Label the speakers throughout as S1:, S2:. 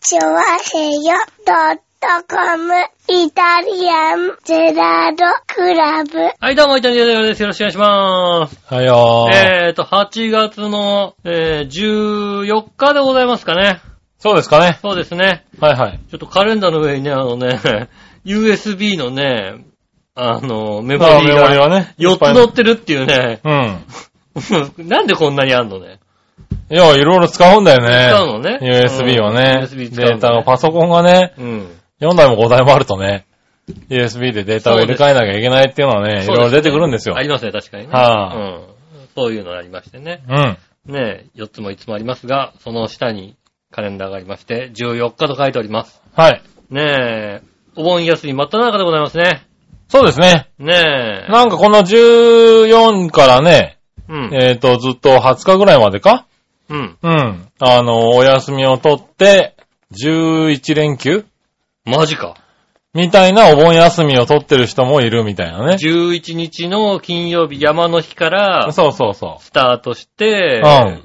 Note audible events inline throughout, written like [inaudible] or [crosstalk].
S1: チョワヘヨドットコムイタリアンゼラードクラブ。
S2: はい、どうも、イタリアンジェラードです。よろしくお願いします。
S3: はいよー、
S2: えーと、8月の、えー14日でございますかね。
S3: そうですかね。
S2: そうですね。
S3: はいはい。
S2: ちょっとカレンダーの上にね、あのね、USB のね、あの、メモ
S3: まあ、
S2: リ
S3: メ
S2: ー
S3: モリ
S2: が
S3: はね。い
S2: 4
S3: っぱ
S2: つ
S3: い
S2: 載ってるっていうね。 [laughs]
S3: うん。
S2: なんでこんなにあんのね。
S3: いや、いろいろ使うんだよね。
S2: 使うのね
S3: USB をね。
S2: うん USB 使うのね
S3: データが、パソコンがね、
S2: うん。
S3: 4台も5台もあるとね、USB でデータを入れ替えなきゃいけないっていうのはね、い
S2: そ
S3: ろ
S2: うで
S3: い
S2: す
S3: ろ出てくるんですよ。
S2: ありますね、確かにね。
S3: はあ
S2: うん。そういうのがありましてね。
S3: うん。
S2: ね4つも5つもありますが、その下にカレンダーがありまして、14日と書いております。
S3: はい。
S2: ねえ、お盆休み真っ只中でございますね。
S3: そうですね。
S2: ねえ。
S3: なんかこの14からね、
S2: うん。
S3: えっ、と、ずっと20日ぐらいまでか
S2: うん。
S3: うん。あの、お休みを取って、11連休
S2: マジか。
S3: みたいなお盆休みを取ってる人もいるみたいなね。
S2: 11日の金曜日山の日からス
S3: そうそうそ
S2: タートして、
S3: うん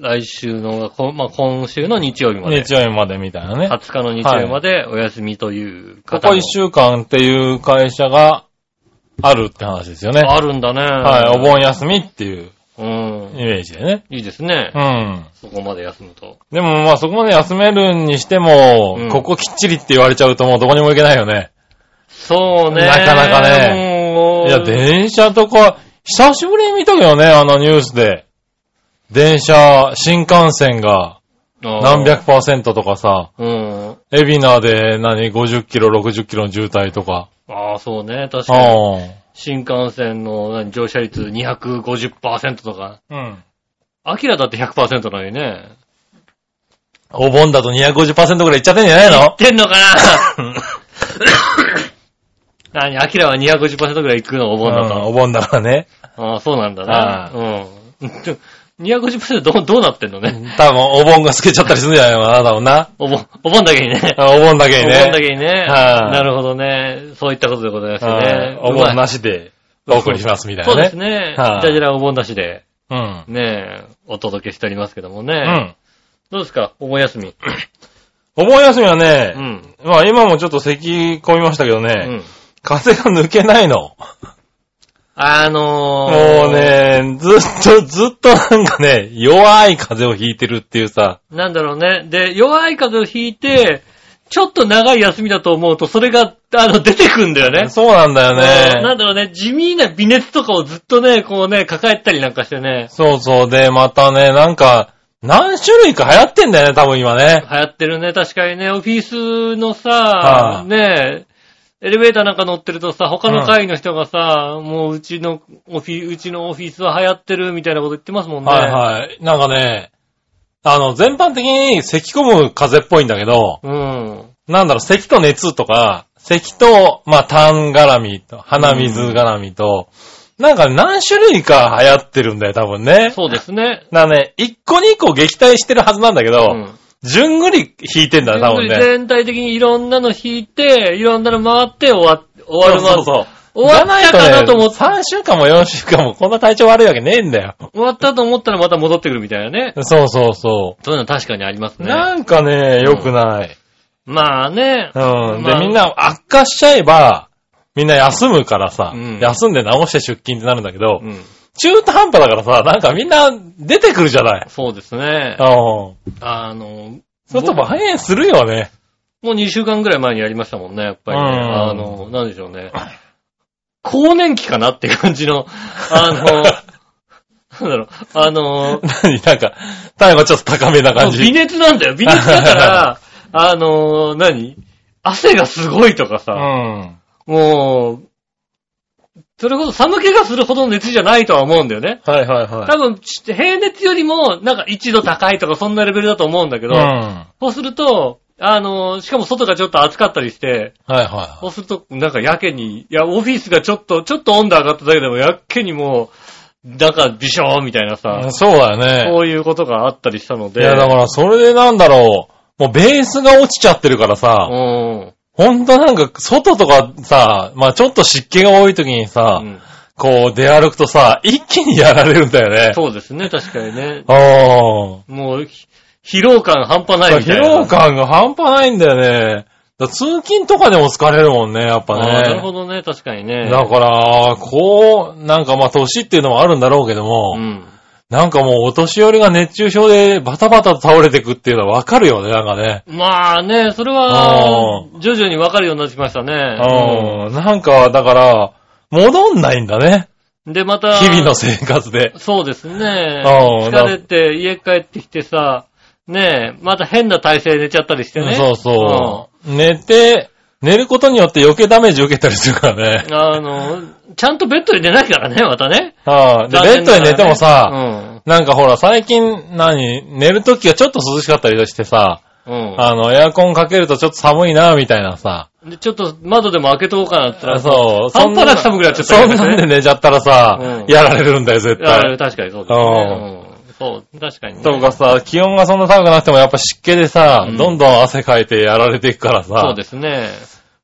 S2: 来週の、こまあ、今週の日曜日
S3: う。
S2: まで。
S3: 日曜日までみたいなね。
S2: 20日の日曜日までお休みという
S3: こ
S2: 方
S3: こ
S2: も
S3: 1週間っていう会社があるって話ですよね。
S2: あるんだね。
S3: はい、お盆休みっていう
S2: うん
S3: イ。メージでね。
S2: いいですね
S3: う。ん。
S2: そこまで休むと。
S3: でもまあそこまで休めるにしても、
S2: うん
S3: ここきっちりって言われちゃうともうどこにも行けないよね。
S2: そうね。
S3: なかなかね
S2: ね
S3: いや、電車とか、久しぶりに見たけどね、あのニュースで。電車、新幹線が何百パーセントとかさ、
S2: うん。
S3: エビナで何、50キロ、60キロの渋滞とか。
S2: ああ、そうね。確かに。
S3: う
S2: 新幹線の何乗車率250%とか。
S3: ん。うん。
S2: アキラだって100%なのにね。
S3: お盆だと250%ぐらいいっちゃってんじゃないの
S2: 言ってんのか
S3: [laughs]
S2: な何アキラは250%ぐらい行くのお盆だ
S3: うん
S2: と。
S3: お盆だからね。
S2: ああ、そうなんだな。うん。250%どう、どうなってんのね。
S3: 多分、お盆が透けちゃったりするんじゃないのかな、多分な。
S2: お盆、お盆だけにね。
S3: あお盆だけ
S2: お
S3: に
S2: 盆
S3: ね。
S2: だけにね。
S3: はい
S2: なるほどね。そういったことでございますね
S3: はい。お盆なしでお送りしますみた
S2: うまい
S3: い
S2: そう
S3: なね。
S2: ですね。
S3: はい
S2: ジャジラお盆なしで、
S3: うん。
S2: ねえ、お届けしておりますけども
S3: う
S2: ね。
S3: ん。
S2: どうですかお盆休み。
S3: お盆休みは
S2: う
S3: ね、
S2: ん。
S3: まあ今もちょっと咳込みましたけど
S2: う
S3: ね、
S2: ん。
S3: 風が抜けないの。
S2: あのー、
S3: もう。ね、ずっと、ずっとなんかね、弱い風邪をひいてるっていうさ、
S2: なんだろうね。で、弱い風邪をひいて、ちょっと長い休みだと思うと、それが、あの、出てくんだよね。
S3: そうなんだ
S2: うん
S3: よ
S2: なん
S3: ね。
S2: だろうね、地味な微熱とかをずっとね、こうね、抱えたりなんかしてね、
S3: そうそう。で、またね、なんか、何種類か流行ってんだよね、多分今ね。
S2: 流行ってるね。確かにね、オフィスのさ、
S3: はあ
S2: ねえ、エレベーターなんか乗ってるとさ、他の会の人がさ、もううちのオフィ、うちのオフィスは流行ってるみたいなこと言ってますもんね。
S3: はいはい。なんかね、あの、全般的に咳込む風邪っぽいんだけど、
S2: うん。
S3: なんだろう、咳と熱とか、咳と、まあ、痰絡みと、鼻水絡みと、なんか何種類か流行ってるんだよ、多分ね。
S2: そうですね。
S3: だからね、一個二個撃退してるはずなんだけど、
S2: うん
S3: 順繰り引いてんだよ、多分ね。
S2: 全体的にいろんなの引いて、いろんなの回って終わ、終わるまで。
S3: そうそうそう。
S2: 終わったかなと思っ
S3: じゃないとね3週間も4週間もこんな体調悪いわけねえんだよ。
S2: 終わったと思ったらまた戻ってくるみたいなね。
S3: そうそうそ
S2: そういうの確かにあります
S3: う。
S2: ね。
S3: なんかね、良くない。
S2: まあね。
S3: うん。
S2: まあ
S3: で、みんな悪化しちゃえば、みんな休むからさ、
S2: うん
S3: 休んで直して出勤ってなるんだけど、
S2: うん。
S3: 中途半端だからさ、なんかみんな出てくるじゃない。
S2: そうですね
S3: う。ん。
S2: あの、
S3: そうすると
S2: も
S3: 蔓延するよね。
S2: う2週間ぐらい前にやりましたもんね、やっぱりね。
S3: うん
S2: あの、なんでしょうね。更年期かなって感じの、あの、
S3: [laughs]
S2: なんだろう、あの、
S3: 何なんか、体温がちょっと高めな感
S2: 微
S3: じ。
S2: 熱なんだよ。微熱だから、あのー、何汗がすごいとか
S3: う
S2: さ、
S3: ん。
S2: もう、それこそ寒気がするほどの熱じゃないとは思うんだよね。
S3: はいはいは
S2: 多分、ち平熱よりも、なんか1度高いとかそんなレベルだと思うんだけ
S3: い。
S2: ど、
S3: うん。
S2: そうすると、あのー、しかも外がちょっと暑かったりして、
S3: はいは
S2: そうすると、なんかやけに、いや、オフィスがちょっと、ちょっと温度上がっただけでも、やけにもう、なんかビショーンみたいなさ、
S3: い。そうだよね。
S2: そういうことがあったりしたの
S3: い
S2: で、
S3: や、だからそれでなんだろう、もうベースが落ちちゃってるからさ、
S2: うん。
S3: ほんとなんか外とかさ、まあちょっと湿気が多い時にさ、
S2: うん
S3: こう出歩くとさ、一気にやられるんだよね。
S2: そうですね、確かにね。
S3: ああ。
S2: もうひ、疲労感半端ないみた
S3: 疲
S2: いな。
S3: 労感が半端ないんだよね。だから通勤とかでも疲れるもんね、やっぱね。
S2: ああなるほどね、確かにね。
S3: だから、こう、なんかまあ、年っていうのもあるんだろうけども、
S2: うん。
S3: なんかもう、お年寄りが熱中症でバタバタと倒れてくっていうのはわかるよね、なんかね。
S2: まあね、それ
S3: う
S2: は、徐々に分かるようになってきましたね。
S3: うん。なんか、だから、戻んないんだね。
S2: うんで、また、
S3: 日々の生活で。
S2: そうですね。
S3: うん
S2: 疲れて、家帰ってきてさ、ねえ、また変な体勢で寝ちゃったりしてね。
S3: そうそう。寝て、寝ることによって余計ダメージ受けたりするからね。
S2: んあの、ちゃんとベッドに寝ないからね、またね。
S3: はい。で、
S2: 残
S3: ベ
S2: 念なが
S3: ッドに
S2: らね
S3: 寝てもさ、
S2: うん
S3: なんかほら、最近、何、寝るときがちょっと涼しかったりしてさ、
S2: うん。
S3: あの、エアコンかけるとちょっと寒いな、みたいなさ。
S2: で、ちょっと窓でも開けとこうかなって言ったら、
S3: そう。
S2: 半端なく寒くなっちゃった
S3: そ
S2: り
S3: ん
S2: とか
S3: なん
S2: ね
S3: で寝ちゃったらさ、
S2: うん
S3: やられるんだよ、絶
S2: あ
S3: 対。
S2: 確かにそうですね。うんそう、確かにね。
S3: とかさ、気温がそんな高くなくてもやっぱ湿気でさ、
S2: うん
S3: どんどん汗かいてやられていくからさ、
S2: そうですね。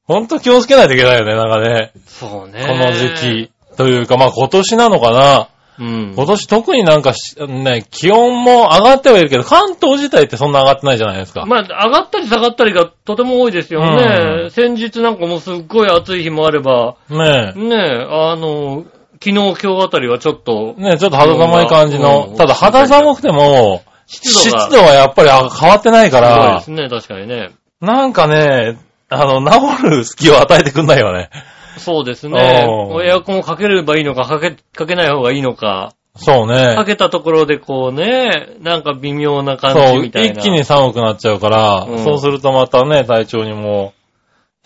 S3: ほんと気をつけないといけないよね、なんかね。
S2: そうね。
S3: この時期。というか、まあ今年なのかな。
S2: 期。うん。
S3: 今年特になんかしね、気温も上がってはいるけど、関東自体ってそんな上がってないじゃないですか。
S2: まあ、上がったり下がったりがとても多いですよ
S3: う
S2: ね。先日なんかもうすっごい暑い日もあれば、
S3: ね
S2: ねえ、あの、昨日今日あたりはちょっと
S3: え。、ねえ、ちょっと肌寒い感じ
S2: う
S3: の。
S2: ん
S3: ただ肌寒くても、
S2: 湿
S3: 湿
S2: 度が。
S3: 度はやっぱりあ変わってないか
S2: すごい
S3: ら
S2: で、すね、確かにね。
S3: なんかね、あの、治る隙を与えてくんないよね。
S2: そうですね
S3: お。ー
S2: エアコンをかければいいのか、かけ、かけない方がいいのか。
S3: そうね
S2: か。けたところでこうね、なんか微妙な感じ
S3: そう、
S2: みたいな。
S3: 一気に寒くなっちゃうから、
S2: うん
S3: そうするとまたね、体調にも、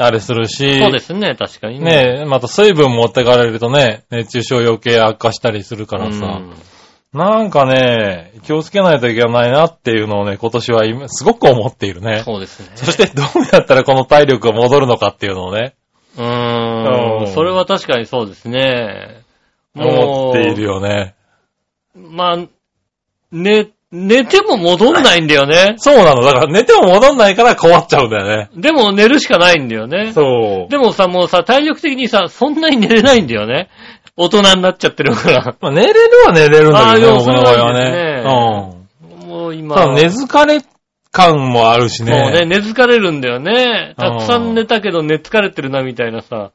S3: あれするし、
S2: そうですね、確かにね。
S3: ねえ、また水分持ってかれるとね、熱中症余計悪化したりするからさ、
S2: うん
S3: なんかね、気をつけないといけないなっていうのをね、今年は今すごく思っているね。
S2: そうですね。
S3: [laughs] そしてどうやったらこの体力が戻るのかっていうのをね、
S2: うー
S3: うん
S2: ん。それは確かにそうですね。
S3: 思
S2: も
S3: っていうる、よね。
S2: まあ、寝、寝ても戻んないんだよね。
S3: そうなの。だから寝ても戻んないから困っちゃうんだよね。
S2: でも寝るしかないんだよね。
S3: そう。
S2: でもさ、もうさ、体力的にさ、そんなに寝れないんだよね。大人になっちゃってるから。
S3: まあ、寝れるは寝れるんだ
S2: あー
S3: けどね、
S2: でも
S3: 僕の場合は
S2: そうなん
S3: ね
S2: で。す
S3: うん
S2: ね。もう今。
S3: ただ寝疲れ感もあるしね。
S2: もうね、寝疲れるんだよね。たくさん寝たけど寝疲れてるな、みたいなさ。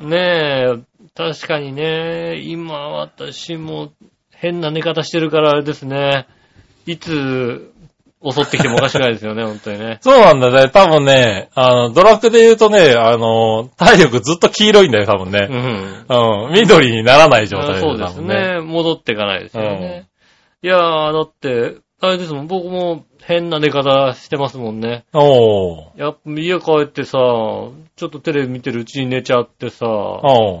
S3: うん。
S2: ねえ、確かにね、今私も変な寝方してるからあれですね。いつ襲ってきてもおかしくないですよね、本当に
S3: [laughs]
S2: ね。
S3: そうなんだね。多分ね、あの、ドラクエで言うとね、あの、体力ずっと黄色いんだよ、多分
S2: う
S3: ね。
S2: ん。
S3: うん。緑にならない状態
S2: そうです。ね。戻っていかないですよね。いやー、だって、あれですもん、僕も変な寝方してますもんね。
S3: 多分ねおー。
S2: やっぱ家帰ってさ、ちょっとテレビ見てるうちに寝ちゃってさ、
S3: おー。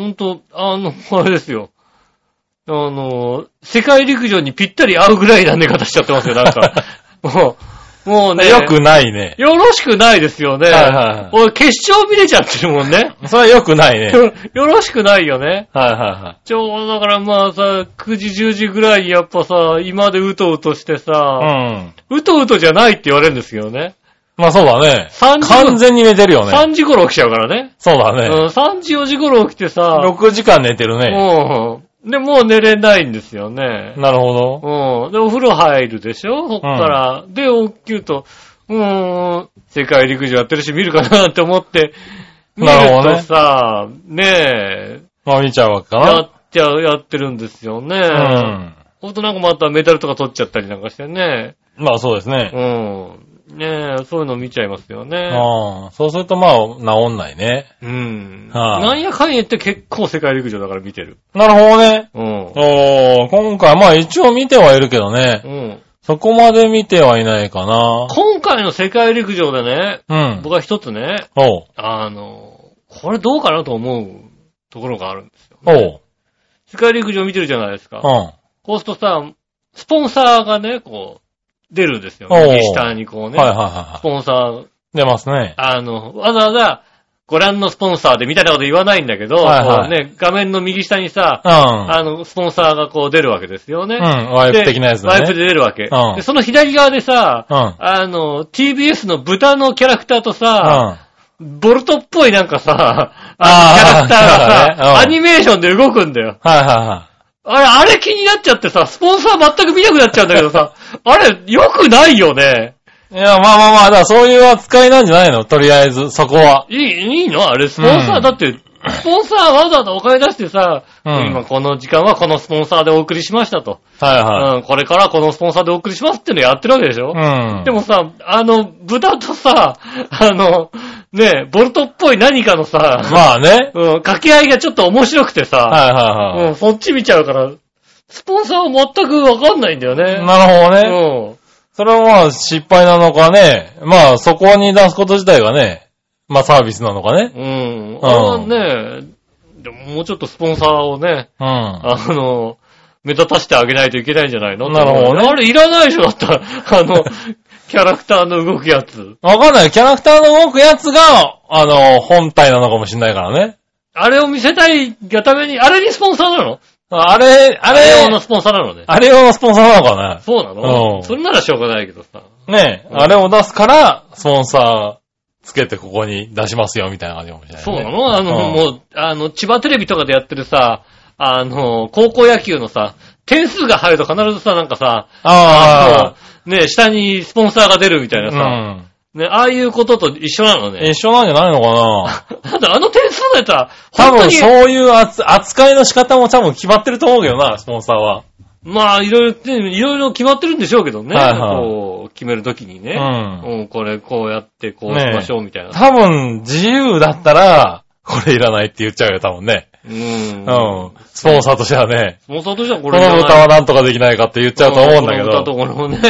S2: ほんと、あの、あれですよ。あの、世界陸上にぴったり合うぐらいな寝方しちゃってますよ、なん
S3: [laughs]
S2: か。もう、もうね。
S3: よくないね。
S2: よろしくないですよね。
S3: はいはいはい
S2: 俺、決勝見れちゃってるもんね。
S3: それはよくないね。
S2: [laughs] よろしくないよね。
S3: はいは
S2: ちょうどだからまあさ、9時10時ぐらいやっぱさ、今でうとうとして
S3: いは
S2: さ、
S3: い。うん。
S2: うとうとじゃないって言われるんですけどね。
S3: まあそうだね。
S2: 3時
S3: 完全に寝てるよね。
S2: 3時頃起きちゃうからね。
S3: そうだ
S2: うん
S3: ね。、
S2: 3時4時頃起きてさ、
S3: 6時間寝てるね。
S2: うん。で、もう寝れないんですよね。
S3: なるほど。
S2: うん。で、お風呂入るでしょそっから。で、起きると、うーん、世界陸上やってるし見るかなって思って、見る
S3: なるほどね
S2: とさ、ねえ、
S3: まあ見ちゃうわけか
S2: や
S3: な。
S2: っちゃう、やってるんですよね。
S3: うん。
S2: ほんとなんかまたメダルとか取っちゃったりなんかしてね。
S3: まあそうですね。
S2: うん。ねえ、そういうの見ちゃいますよね。
S3: ああ、そうするとまあ治んないね。
S2: うん。
S3: はい
S2: なんやかんや言って結構世界陸上だから見てる。
S3: なるほどね。
S2: うん。
S3: おー、今回、まあ一応見てはいるけど
S2: う
S3: ね。
S2: ん。
S3: そこまで見てはいないかな。
S2: 今回の世界陸上でね、
S3: うん。
S2: 僕は一つね、
S3: おう。
S2: あの、これどうかなと思うところがあるんですよ。
S3: おう。
S2: 世界陸上見てるじゃないですか。
S3: うん。
S2: こうするとさ、スポンサーがね、こう、出るんですよ。
S3: おう
S2: 右下にこうね、
S3: はいはいはいは
S2: スポンサー、
S3: い。出ますね。
S2: あの、わざわざ、ご覧のスポンサーでみたいなこと言わないんだけど、
S3: はいはい
S2: こうね、画面の右下にさ、
S3: うん。
S2: あの、スポンサーがこう出るわけですよね。
S3: うん。ワイプ的なやつ
S2: ワ
S3: だ
S2: イプ
S3: ね。
S2: で出るわけ。
S3: うん
S2: でその左側でさ、
S3: うん。うん。
S2: あの、TBS の豚のキャラクターとさ、ボルトっぽいなんかさ、あの
S3: あー
S2: キャラクターが
S3: [laughs] そうだねうん
S2: さ、アニメーションで動くんだよ。
S3: はいは
S2: あれ、あれ気になっちゃってさ、スポンサー全く見なくなっちゃうんだけどさ、あれ、良くないよね。
S3: いや、まあまあまあ、だからそういう扱いなんじゃないのとりあえず、そこは。
S2: いい、いいのあれ、スポンサー、
S3: うん
S2: だって、スポンサーわざわざお金出してさ、
S3: うん
S2: 今この時間はこのスポンサーでお送りしましたと。
S3: はいはい。
S2: うん、これからこのスポンサーでお送りしますっていうのやってるわけでしょ、
S3: うん。
S2: でもさ、あの、豚とさ、あの、ね、ボルトっぽい何かのさ、
S3: まあね。
S2: うん、掛け合いがちょっと面白くてさ、
S3: はいはいは
S2: うん、そっち見ちゃうから、スポンサーは全くわかんないんだよね。
S3: い。なるほどね。
S2: うん。
S3: それはまあ失敗なのかね。まあそこに出すこと自体がね、まあサービスなのかね。
S2: うん。あのね、でももうちょっとスポンサーをね、
S3: うん。
S2: あの、目立たせてあげないといけないんじゃないの
S3: なるほどね
S2: あれいらないでしょ、だったら。あの、キャラクターの動くやつ。
S3: わかんない。キャラクターの動くやつが、あの、本体なのかもしんないからね。
S2: あれを見せたいがために、あれにスポンサーなの
S3: あれ、あ
S2: あれ用
S3: れ
S2: の、スポンサーなのね。
S3: あれ用のスポンサーなのか
S2: そうなの、
S3: うん
S2: それならしょうがないけどさ。
S3: ね。ねえ、
S2: うん
S3: あれを出すから、スポンサーつけてここに出しますよ、みたいな感じかもしれない、ね。
S2: そうなのあの、
S3: うん
S2: もう、あの、千葉テレビとかでやってるさ、あの、高校野球のさ、点数が入ると必ずさ、なんかさ、
S3: あ
S2: あのね、下にスポンサーが出るみたいなさ、
S3: あ、
S2: ね、ああいうことと一緒なの
S3: う
S2: ね
S3: ん。。一緒なんじゃないのかな
S2: だってあの点数のやつは、[laughs]
S3: 多
S2: 本当
S3: 分
S2: に、
S3: そういう扱扱いの仕方も多分決まってると思うけどな、スポンサーは。
S2: まあ、いろいろって、いろいろ決まってるんでしょうけどね。
S3: はいはい
S2: こう、決めるときにね。。
S3: うん
S2: これ、こうやって、こうしましょうみたいな。
S3: 多分、自由だったら、これいらないって言っちゃうよ、多分ね。
S2: うん。
S3: うん。スポンサーとしてはね、
S2: スポンサーとしてはこ
S3: こ
S2: れ
S3: の
S2: いらない
S3: 歌はなんとかできないかって言っちゃうと思うんだけ
S2: この歌と
S3: ど。
S2: これもね、
S3: うん。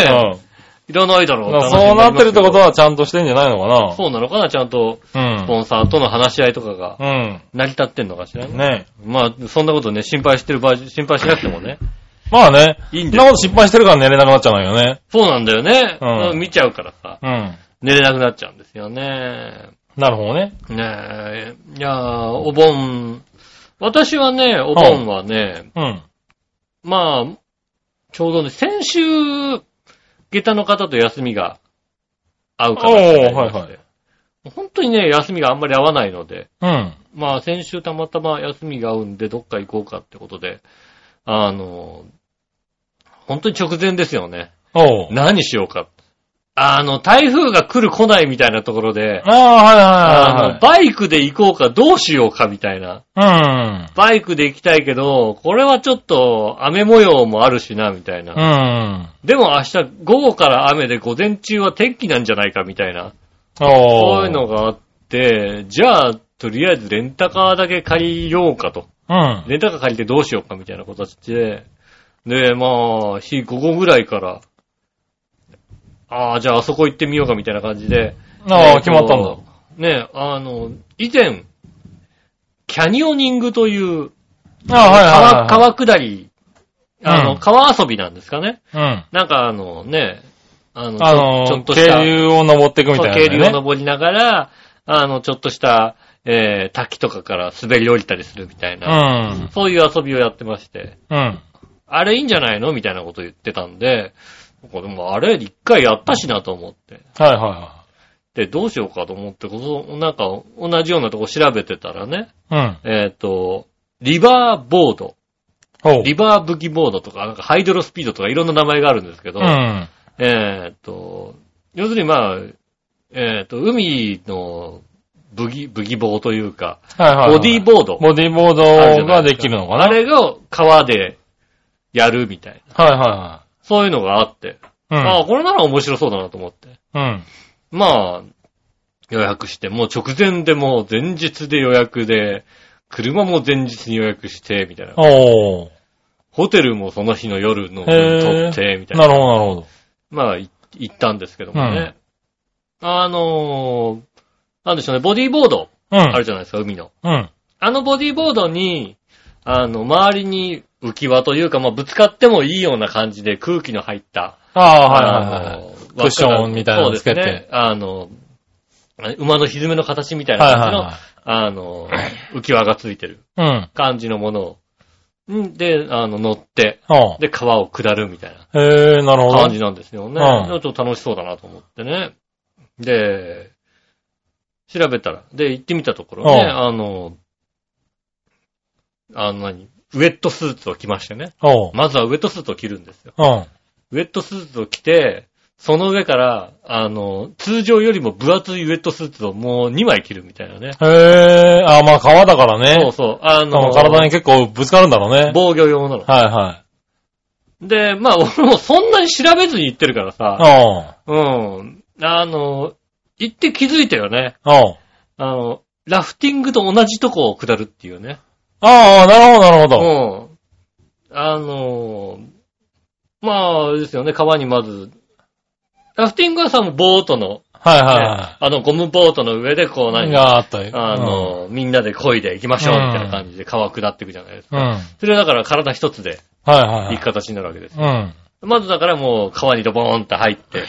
S2: いらないだろ
S3: だからそうなってるってことはちゃんとしてんじゃないのか
S2: そうなのかなちゃんと、スポ
S3: な
S2: ンサーとの話し合いとかが
S3: うん。
S2: 成り立ってんのかしら
S3: うん。
S2: ね。
S3: ね
S2: まあ、そんなことね、心配してる場合、心配しなくてもね。
S3: まあね。
S2: いいん
S3: そん
S2: だ
S3: な
S2: よ
S3: こと失敗してるから寝れなくなっちゃうのよね。
S2: そうなんだよね。
S3: うん
S2: 見ちゃうからさ、
S3: うん。
S2: 寝れなくなっちゃうんですよね。
S3: なるほどね。
S2: ねえ、いやーお盆、私はね、お盆はね、
S3: うん。
S2: まあ、ちょうどね、先週、下駄の方と休みが合う形になりまして
S3: おーはいは
S2: 本当にね、休みがあんまり合わないので、
S3: うん。
S2: まあ先週たまたま休みが合うんでどっか行こうかってことで、あの、本当に直前ですよね。
S3: おう。
S2: 何しようか。あの、台風が来る来ないみたいなところで、
S3: ああ、
S2: あの、
S3: は
S2: バイクで行こうかどうしようかみたいな。
S3: いはいはい。
S2: バイクで行きたいけど、これはちょっと雨模様もあるしな、みたいな。
S3: うん。
S2: でも明日午後から雨で午前中は天気なんじゃないか、みたいな。
S3: うん。おう。
S2: そういうのがあって、じゃあ、とりあえずレンタカーだけ借りようかと。
S3: うん。
S2: レンタカー借りてどうしようかみたいな形で、で、まあ、日午後ぐらいから、ああ、じゃああそこ行ってみようかみたいな感じで。え
S3: あ
S2: ー
S3: あ、
S2: と
S3: 決まったんだ。。
S2: ね、あの、以前、キャニオニングという、
S3: ああ、はいはいはいは
S2: 川
S3: い。
S2: 川下り、あの、
S3: うん
S2: 川遊びなんですかね。
S3: うん。
S2: なんかあのね、あの、ちょ
S3: あの
S2: ちょっ
S3: ー、
S2: とした、
S3: 渓流を登っていくみたいな、ね。
S2: 渓流を登りながら、あの、ちょっとした、えー滝とかから滑り降りたりするみたいな、
S3: うん。
S2: そういう遊びをやってまして。
S3: うん。
S2: あれいいんじゃないのみたいなこと言ってたんで、僕はでもあれ一回やったしなと思って。
S3: はいは
S2: で、どうしようかと思って、こそなんか同じようなとこ調べてたらね、
S3: いはい。
S2: えっ、と、リバーボード、
S3: うん。おう。
S2: リバーブギボードとか、なんかハイドロスピードとかいろんな名前があるんですけど、
S3: うん。
S2: えっ、と、要するにまあ、えっ、と、海のブギ、ブギボーというか、
S3: はいはいはい。
S2: ボディーボード。
S3: ボディーボードができるのかな
S2: あれが川でやるみたいな。
S3: はいは
S2: そういうのがあって。
S3: い
S2: あ
S3: は
S2: あ、これなら面白そうだなと思って。
S3: い。うん。うん。
S2: まあ、予約して、もう直前でもう前日で予約で、車も前日に予約して、みたいな。
S3: おー。
S2: ホテルもその日の夜の分取
S3: へー
S2: って、みたい
S3: な
S2: な。
S3: るほどなるほど。
S2: まあ、い行ったんですけどもね。あのー、なんでしょうね、ボディーボード
S3: う
S2: ある
S3: ん。
S2: じゃないですか、海の。
S3: うん。
S2: あのボディーボードに、あの、周りに浮き輪というか、まあ、ぶつかってもいいような感じで空気の入った、
S3: ああ、はいはいはい。
S2: あの
S3: クッションみたいなのつけて
S2: そうですねあの、馬のひずめの形みたいな
S3: はい
S2: 感じの、
S3: は
S2: あの、浮き輪がついてる
S3: いはい。うん。
S2: 感じのものを、んで、あの、乗って、
S3: おう。
S2: で、川を下るみたいな
S3: へえ、なるほど
S2: 感。じなんですよね。
S3: うん
S2: でちょっと楽しそうだなと思ってね。で、調べたら、で、行ってみたところね、
S3: うん
S2: あの、あの何、ウェットスーツを着ましてね。
S3: おう。
S2: まずはウェットスーツを着るんですよ。
S3: うん。
S2: ウェットスーツを着て、その上から、あの、通常よりも分厚いウェットスーツをもう2枚着るみたいなね。
S3: へえ、あ、まあ川だか
S2: そ
S3: ら
S2: う
S3: ね。
S2: そう。あ
S3: 多
S2: の、
S3: 分体に結構ぶつかるんだろうね。
S2: 防御用なの。
S3: はいはい。
S2: で、まあ [laughs] 俺もそんなに調べずに行ってるからさ、
S3: おう。
S2: うん。あの、行って気づいたよね。
S3: おう。
S2: あの、ラフティングと同じとこを下るっていうね。
S3: ああ、なるほど、なるほ
S2: うん。
S3: ど。
S2: あの、まあ、あれですよね、川にまず、ラフティングはさ、もうボートの
S3: はい
S2: ね
S3: はいは
S2: あの、ゴムボートの上で、こう、
S3: い。
S2: 何
S3: 何
S2: か、
S3: があったよ。
S2: あの、みんなで漕いで行きましょう、みたいな感じで川下っていくじゃないです
S3: うん、うん。
S2: か。
S3: はい
S2: それはだから体一つで
S3: はいは
S2: 行
S3: い
S2: く。形になるわけです。
S3: うん。
S2: まずだからもう川にドボーンって入って、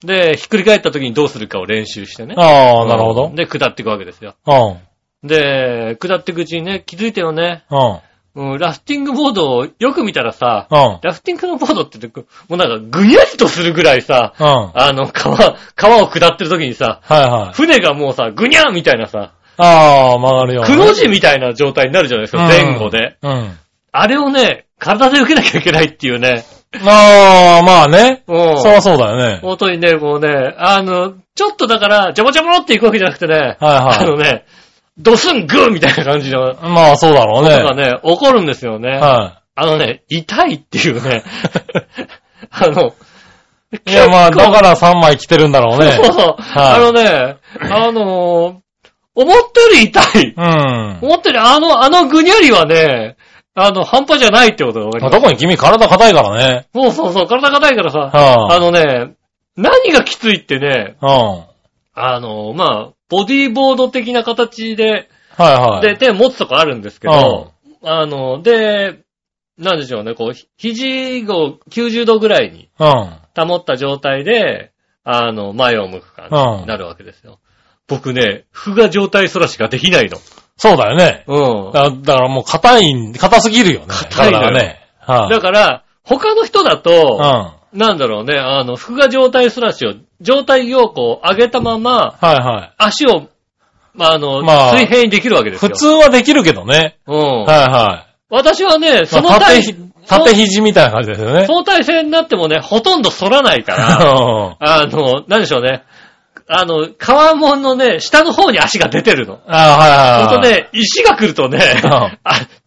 S2: で、ひっくり返った時にどうするかを練習してね。
S3: ああ、なるほど
S2: うん。で、下っていくわけですよ。
S3: うん。
S2: で、下っていくうちにね、気づいたよね。
S3: うん。
S2: うん、ラフティングボードをよく見たらさ、
S3: うん。
S2: ラフティングのボードって言ってこうもうなんかぐにゃりとするぐらいさ、
S3: うん。はい
S2: あの、川、川を下ってる時にさ、
S3: はい。
S2: 船がもうさ、ぐにゃーみたいなさ、
S3: ああ、曲がるように
S2: く
S3: ね。
S2: の字みたいな状態になるじゃないですか、前後で。
S3: うん。うん。
S2: あれをね、体で受けなきゃいけないっていうね。
S3: ああ、まあね。
S2: うん。
S3: そりゃそうだよね。
S2: 本当にね、もうね、あの、ちょっとだから、ジャボジャボっていくわけじゃなくてね、
S3: はいはい
S2: あのね、ドスングーみたいな感じの、
S3: まあそうだろう
S2: とかね、
S3: ね。
S2: 起こるんですよね。
S3: は
S2: あのね、痛いっていう
S3: [laughs]
S2: ね。あの、
S3: い。いやまあ、
S2: 結構
S3: だから3枚着てるんだろうね。
S2: そうそう。
S3: はい
S2: あのね、あの思ったより痛い。
S3: うん。
S2: 思ってる、あの、あのぐにゃりはね、あの、半端じゃないってことが分かります。
S3: 特に君体硬いからね。
S2: そうそうそう、体硬いからさ、
S3: は
S2: あのね、何がきついってね、
S3: うん。は
S2: あの、まあ、ボディーボード的な形で、
S3: いはい。
S2: で、手持つとかあるんですけど、あの、で、なんでしょうね、こう、ひ肘を90度ぐらいに
S3: うん。は
S2: 保った状態で、あの、前を向く感じになるわけですよ。僕ね、負が状態反らしができないの。
S3: そうだよね。
S2: うん。
S3: だだからもう硬い、硬すぎるよね。
S2: 硬いのよ
S3: 体がね。はい。
S2: だから、他の人だ
S3: う
S2: と
S3: ん。、は
S2: なんだろうね、あの、服が状態すらしを、状態をこう上げたまま、
S3: いは
S2: 足を、まあ、あの、
S3: まあ
S2: 水平にできるわけ
S3: い。
S2: です
S3: 普
S2: よ。
S3: 通はできるけどね。
S2: うん。
S3: はいは
S2: 私はね、
S3: い。
S2: その
S3: まあ
S2: 体、
S3: 縦ひ、縦肘みたいな感じですよね
S2: そ。の体勢になってもね、ほとんど反らないから、
S3: [laughs] うん。
S2: あの、なんでしょうね。あの、川門のね、下の方に足が出てるの。
S3: あ
S2: ほ
S3: あ、
S2: ん
S3: は
S2: と
S3: いはい。
S2: ね、石が来るとね、
S3: うん
S2: あ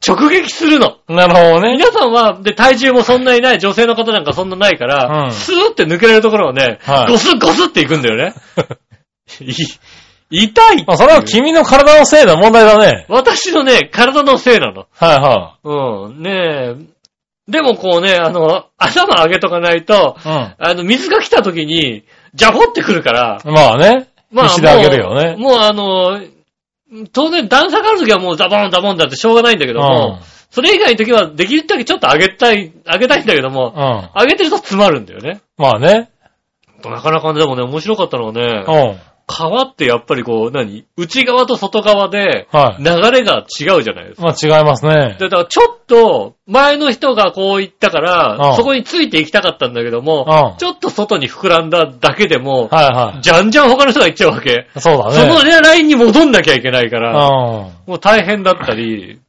S2: 直撃するの。
S3: なるほどね。
S2: 皆さんは、で、体重もそんなにない、女性の方なんかそんなないから、
S3: うん
S2: スーって抜けられるところをね、
S3: はい
S2: ゴスッゴスっていくんだよ
S3: [laughs]
S2: ね。い痛いっていう
S3: まあそれは君の体のせいだ、問題だね。
S2: 私のね、体のせいなの。
S3: はいは
S2: うん、ねえ。でもこうね、あの、頭上げとかないと、
S3: い。うん。
S2: あの、水が来た時に、ジャボってくるから、
S3: まあね。
S2: まあ、
S3: 石で上げるよね
S2: もうもうあの、当然段差がある時はもうザボンザボンだってしょうがないんだけ
S3: うん。
S2: ど
S3: う
S2: も、それ以外の時はできるだけちょっと上げたい、上げたいんだけども、
S3: ん。
S2: 上げてると詰まるんだよね。
S3: まあね。
S2: なかなかね、でもね、面白かったのはね
S3: う、ん。
S2: 川ってやっぱりこう、何内側と外側で、
S3: はい
S2: 流。れが違うじゃないですか。
S3: まあ違いますね
S2: で。だからちょっと、前の人がこう言ったから
S3: う、ん
S2: そこについていきたかったんだけど
S3: う
S2: も
S3: ん、
S2: ちょっと外に膨らんだだけでも、
S3: はいは
S2: じゃんじゃん他の人が行っちゃうわけ。
S3: い。そうだね。
S2: そのねラインに戻んなきゃいけないから、
S3: うん。
S2: もう大変だったり、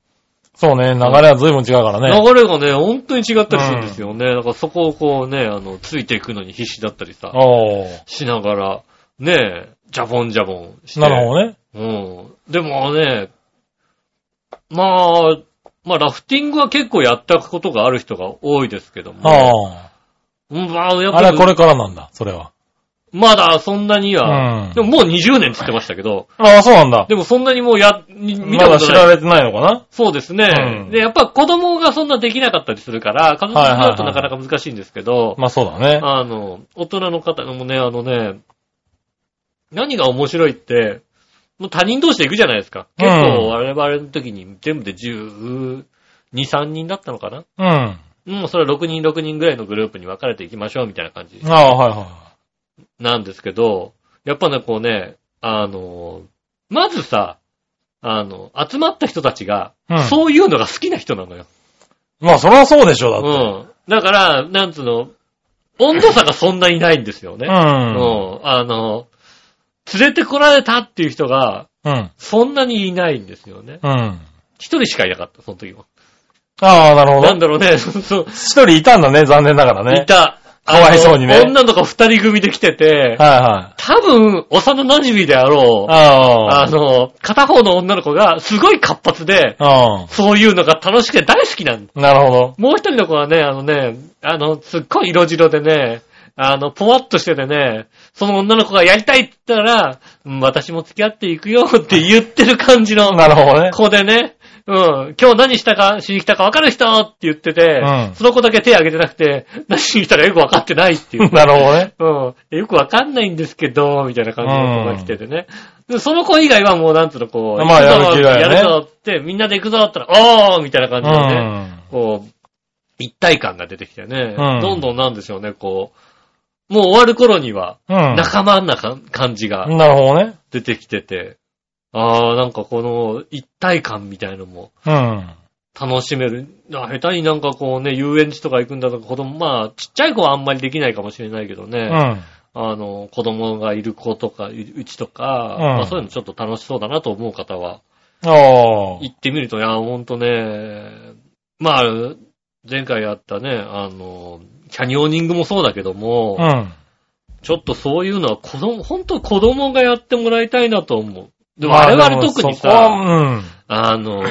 S3: そうね、流れは随分違うからね。
S2: 流れがね、本当に違ったりするんですよね。だからそこをこうね、あの、ついていくのに必死だったりさ、
S3: おー。
S2: しながら、ねえ、ジャボンジャボンして。
S3: なるほどね。
S2: うん。でもね、まあ、まあラフティングは結構やったことがある人が多いですけども。
S3: あ
S2: うん、まあやっ
S3: あ。あれ
S2: ぱ
S3: はこ
S2: り、
S3: れからなんだ、それは。
S2: まだそんなには、
S3: うん
S2: でももう20年って言ってましたけど、
S3: ああ、そうなんだ。
S2: でもそんなにもうや、に見
S3: ま
S2: たこ
S3: だ
S2: と
S3: 知
S2: ない。
S3: られてないのかな
S2: そうですね、
S3: うん
S2: で、やっぱ子供がそんなできなかったりするから、家族だとなかなか難しいんですけど、
S3: まあそうだね。
S2: あの、大人の方もね、あのね、何が面白いって、もう他人同士で行くじゃないですか。
S3: うん
S2: 結構我々の時に全部で12、3人だったのかな
S3: うん。あ
S2: もうそれは6人6人ぐらいのグループに分かれていきましょうみたいな感じ
S3: あ、はいは
S2: なんですけど、やっぱね、こうね、あの、まずさ、あの、集まった人たちが、
S3: うん
S2: そういうのが好きな人なのよ。
S3: い。まあそれはそうでしょ、だって。
S2: うん。だから、なんつうの、温度差がそんなにないんですよね。
S3: うん。
S2: うん。あの、連れてこられたっていう人が、
S3: うん。
S2: そんなにいないんですよね。
S3: うん。
S2: 一人しかいなかった、その時も。
S3: ああ、なるほど。
S2: なんだろうね、 [laughs] そう、
S3: 一人いたんだね、残念ながらね。
S2: いた。
S3: かわいそうにね
S2: あの女の子二人組で来てて、
S3: はいはい。
S2: 多分、幼馴染であろう、
S3: あ
S2: あの、片方の女の子がすごい活発で、
S3: あ。う
S2: そういうのが楽しくて大好きなん
S3: ん。なるほど。
S2: もう一人の子はね、あのね、あの、すっごい色白でね、あの、ぽわっとしててね、その女の子がやりたいって言ったら、うん私も付き合っていくよって言ってる感じの
S3: なるほどね。
S2: 子でね、うん、今日何したか、しに来たか分かる人って言ってて、
S3: うん
S2: その子だけ手挙げてなくて、何しに来たかよく分かってないっていう。
S3: [laughs] なるほどね。
S2: うん。よくわかんないんですけど、みたいな感じの子が来ててね。でその子以外はもうなんつうのこう、
S3: まあ
S2: 行くぞ
S3: やる気だよね
S2: やるぞって、みんなで行くぞって言ったら、おーみたいな感
S3: う
S2: じでね、
S3: ん。
S2: こう、一体感が出てきてね、
S3: うん
S2: どんどんなんでしょうね、こう、もう終わる頃には、
S3: うん。
S2: 仲間なか感じが
S3: なるほどね。
S2: 出てきてて、あー、なんかこの一体感みたいのも
S3: うん。
S2: 楽しめる。あ下手になんかこうね、遊園地とか行くんだとか、子供、まあ、ちっちゃい子はあんまりできないかもしれないけどね、
S3: うん。
S2: あの、子供がいる子とか、いうちとか、
S3: うん
S2: まあそういうのちょっと楽しそうだなと思う方は、
S3: おー。
S2: 行ってみると、いや、ほんとね、まあ、前回やったね、あの、キャニオニングもそうだけども、
S3: うん。
S2: ちょっとそういうのは子供、ほんと子供がやってもらいたいなと思う。でも
S3: まあ
S2: 我々特に
S3: でもそこは
S2: さ、
S3: うん。
S2: あの、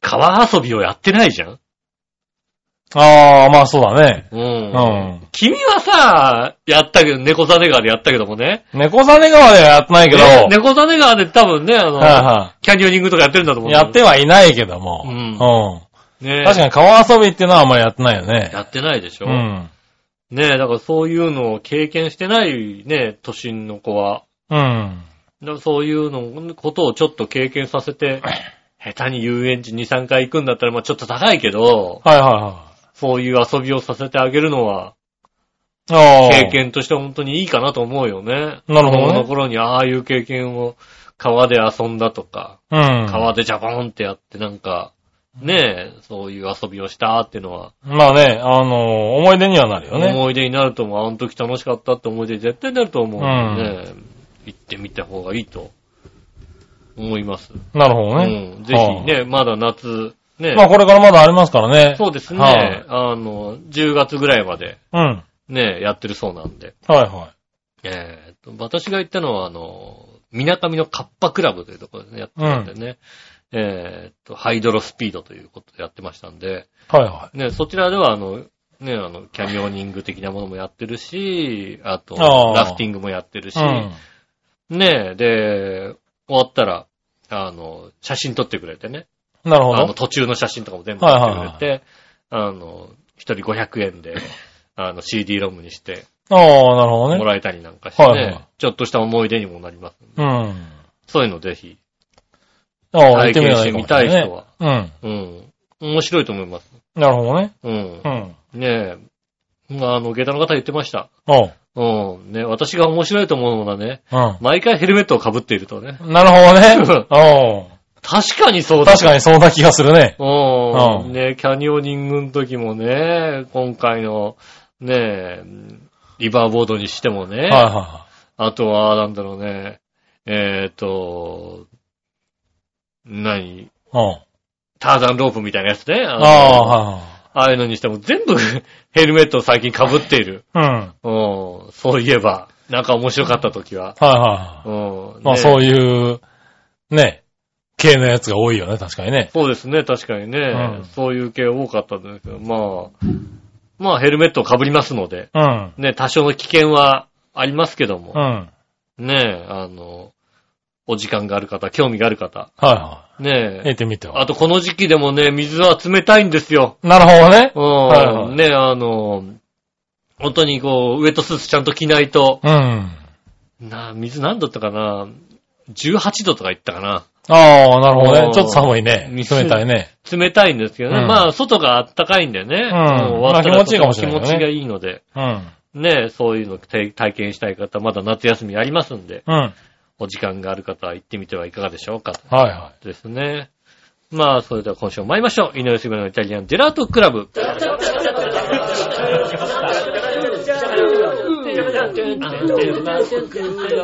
S2: 川遊びをやってないじゃん
S3: ああ、まあそうだね。
S2: う。
S3: うんん。
S2: 君はさ、やったけど、猫ザネ川でやったけどもね。
S3: 猫ザネ川ではやってないけど、
S2: ね猫ザネ川で多分ね、あの、
S3: はいは
S2: キャニオニングとかやってるんだと思
S3: い。
S2: う。
S3: やってはいないけども。
S2: うん
S3: う
S2: ね
S3: ん。確かに川遊びっていうのはあんまりやってないよね。
S2: やってないでしょ、
S3: うん。
S2: ねえ、だからそういうのを経験してないね、都心の子は。
S3: うん。
S2: だからそういうの、ことをちょっと経験させ
S3: [laughs]
S2: て、下手に遊園地2、3回行くんだったら、まあちょっと高いけど、
S3: はいは
S2: そういう遊びをさせてあげるのは、
S3: いはい。おー
S2: 経。験として本当にいいかなと思うよね。
S3: なるほどね
S2: 子供の頃にああいう経験を、川で遊んだとか、
S3: うん。
S2: 川でジャボンってやってなんか、ねえ、そういう遊びをしたっていうのは、
S3: まあね、あのー思い出にはなるよね。
S2: 思い出になると思う。あの時楽しかったって思い出に絶対なると思うので、ね行ってみた方がいいと思います。
S3: なるほどね。
S2: うん、ぜひね、まだ夏、ね、
S3: まあこれからまだありますからね。
S2: そうですね、
S3: はい
S2: あの、10月ぐらいまで
S3: うん。はい
S2: ね、やってるそうなんで、
S3: は
S2: えーと私が行ったのは、あの、港上のカッパクラブというところで、ね、やってたんでね、えーと、ハイドロスピードということでやってましたんで、
S3: い。はいは
S2: ね、そちらでは、あの、ね、あの、キャニオニング的なものもやってるし、あと、
S3: あー
S2: ラフティングもやってるし、
S3: い。うん。
S2: ね、で、終わったら、あの、写真撮ってくれてね、
S3: なるほ
S2: あの、
S3: ど。
S2: 途中の写真とかも全部撮ってくれて、あの、一人500円で、あの、CD ロムにして
S3: ああ、なるほど
S2: も
S3: ね。
S2: らえたりなんかして
S3: はいはい
S2: ね、ちょっとした思い出にもなります。
S3: うん。
S2: そういうのぜひ、
S3: ああ、行
S2: 体
S3: ってみ
S2: 験
S3: れば
S2: し
S3: い
S2: て
S3: いかも
S2: み
S3: しれ
S2: た
S3: ないい
S2: 人
S3: ね。
S2: は、
S3: うん。
S2: うん。面白いと思います。
S3: なるほどね。
S2: うん
S3: う。ん。
S2: ねえ、まああの、下駄の方言ってました。
S3: おう。
S2: うん。ね、私が面白いと思うのはね、
S3: う
S2: 毎回ヘルメットを被っているとね。
S3: ん。なるほ
S2: [laughs]
S3: どね。おう。
S2: 確かにそうだ。
S3: 確かにそんな気がするね。
S2: う。
S3: うんん
S2: ね、キャニオニングの時もね、今回の、ね、リバーボードにしてもね、
S3: はいは
S2: あとは、なんだろうね、えっ、と、何
S3: いはい。うん。
S2: ターザンロープみたいなやつね。あの
S3: あ
S2: ああいうのにしても全部 [laughs] ヘルメットを最近被っている。
S3: あ、はいはい。うん。
S2: うん。そういえば、なんか面白かった時は。
S3: はいは
S2: うん。
S3: い。まあ
S2: ね
S3: そういう、ね、系のやつが多いよね、確かにね。
S2: そうですね、確かにね。
S3: うん
S2: そういう系多かったんですけど、まあ、まあヘルメットを被りますので、
S3: うん。
S2: ね、多少の危険はありますけど
S3: うん。
S2: も、
S3: はい
S2: ね、あの、お時間がある方、興味がある方、
S3: は
S2: ね
S3: い。行ってみては。
S2: あとこの時期でもね、水は冷たいんですよ。
S3: なるほどね。
S2: うん、
S3: はいはい
S2: ね、あの、本当にこう、ウェットスーツちゃんと着ないと、
S3: うん。
S2: な、水何度だったかな ?18 度とか言ったかな
S3: ああ、なるほど
S2: おー
S3: ね。ちょっと寒いね。
S2: 水
S3: 冷たいね。
S2: 冷たいんですけどね。
S3: うん
S2: まあ、外が暖かいんでね。うん終わったら
S3: まあ気持ちいいかもしれないよ
S2: 気
S3: ね
S2: 持ちがいいので。
S3: うん。
S2: ね、そういうの体体験したい方、まだ夏休みありますんで、
S3: うん。はい
S2: お時間がある方は行ってみてはいかがでしょうか。
S3: は
S2: ですね。まあ、それでは今週も参りましょう。井上杉村のイタリアンジェラートクラブ。
S4: ジェ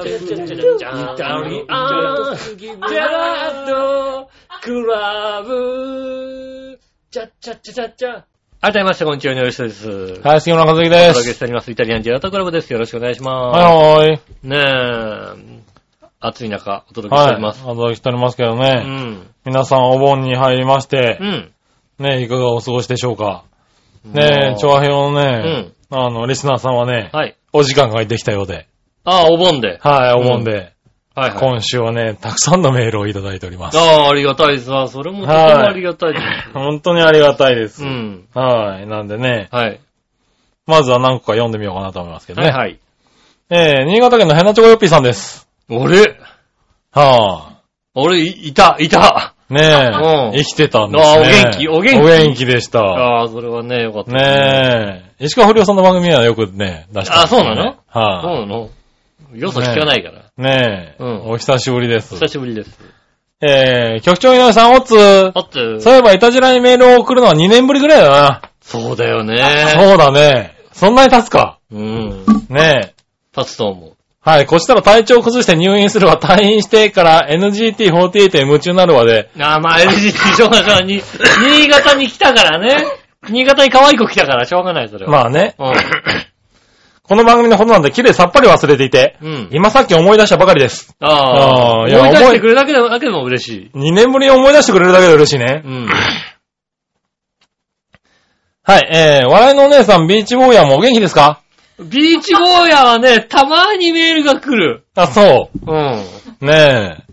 S4: ラートクラブ。
S2: ちゃっちゃっちゃっちゃっちゃ。改めまして、こんにちは、井上翔です。はい。
S3: はい、杉村和樹
S2: お
S3: で
S2: 届けし
S3: す。
S2: ております。イタリアンジェラートクラブです。よろしくお願いしま
S3: はい、はーい。
S2: す。ねえ、暑い中、お届けしてお
S3: はい。
S2: ります。
S3: お届けしておりますけど
S2: う
S3: ね。
S2: ん。
S3: 皆さんお盆に入りまして
S2: う、ん。
S3: ね、いかがお過ごしでしょうか。
S2: も
S3: ね
S2: う
S3: え、長平の
S2: う
S3: ね、
S2: ん。
S3: あの、リスナーさんはね、
S2: はい。
S3: お時間ができたようで、
S2: ああ、お盆で。
S3: はい、お盆で、
S2: はいはい。
S3: 今週はね、たくさんのメールをいただいております。
S2: ああ、ありがたいですわ。それもとてもありがたいで
S3: 本当にありがたいです
S2: す。う。ん。
S3: はい、なんでね、
S2: はい。
S3: まずは何個か読んでみようかなと思いますけど
S2: はい
S3: ね。
S2: はい。
S3: えー、新潟県のヘナチョコヨッピーさんです。
S2: 俺、
S3: は
S2: 俺、いいた、いた。
S3: ぁ。ね
S2: うん
S3: え、生きてたんですね。
S2: あーお元気お元気
S3: お元気でした。
S2: ああ、それはね、よかった。
S3: ねえ、石川不良さんの番組はよくね、出してます
S2: あそう
S3: よね
S2: なのそう
S3: はい。
S2: なのよそ聞かないから。
S3: ねえ、
S2: うん
S3: お久しぶりです。
S2: 久しぶりです。
S3: えー、局長井上さん、おつ
S2: あって、
S3: そういえば、いたじらにメールを送るのは2年ぶりぐらいだな。
S2: そうだよね。
S3: そうだね。そんなに経つか。
S2: うん。
S3: ねえ。
S2: 立つと思う。
S3: はい、こちたら体調を崩して入院するわ。退院してから NGT48 へ夢中になるわで。
S2: ああ、まあ LGT しょうが [laughs] ない。に新潟に来たからね。新潟に可愛い子来たから、しょうがない、それは。
S3: まあね、
S2: あ。
S3: この番組のことなんで綺麗さっぱり忘れていて、
S2: うん。
S3: 今さっき思い出したばかりです。
S2: ああ、
S3: あ
S2: 思い
S3: ーい
S2: 出
S3: や
S2: してくれるだけでも、だけでも嬉しい。
S3: 2年ぶりに思い出してくれるだけで嬉しいね。
S2: うん。
S3: はい、えー、笑いのお姉さん、ビーチ坊やもお元気ですか
S2: ビーチ坊やはね、たまにメールが来る。
S3: あ、そ
S2: うん。
S3: う。ねえ。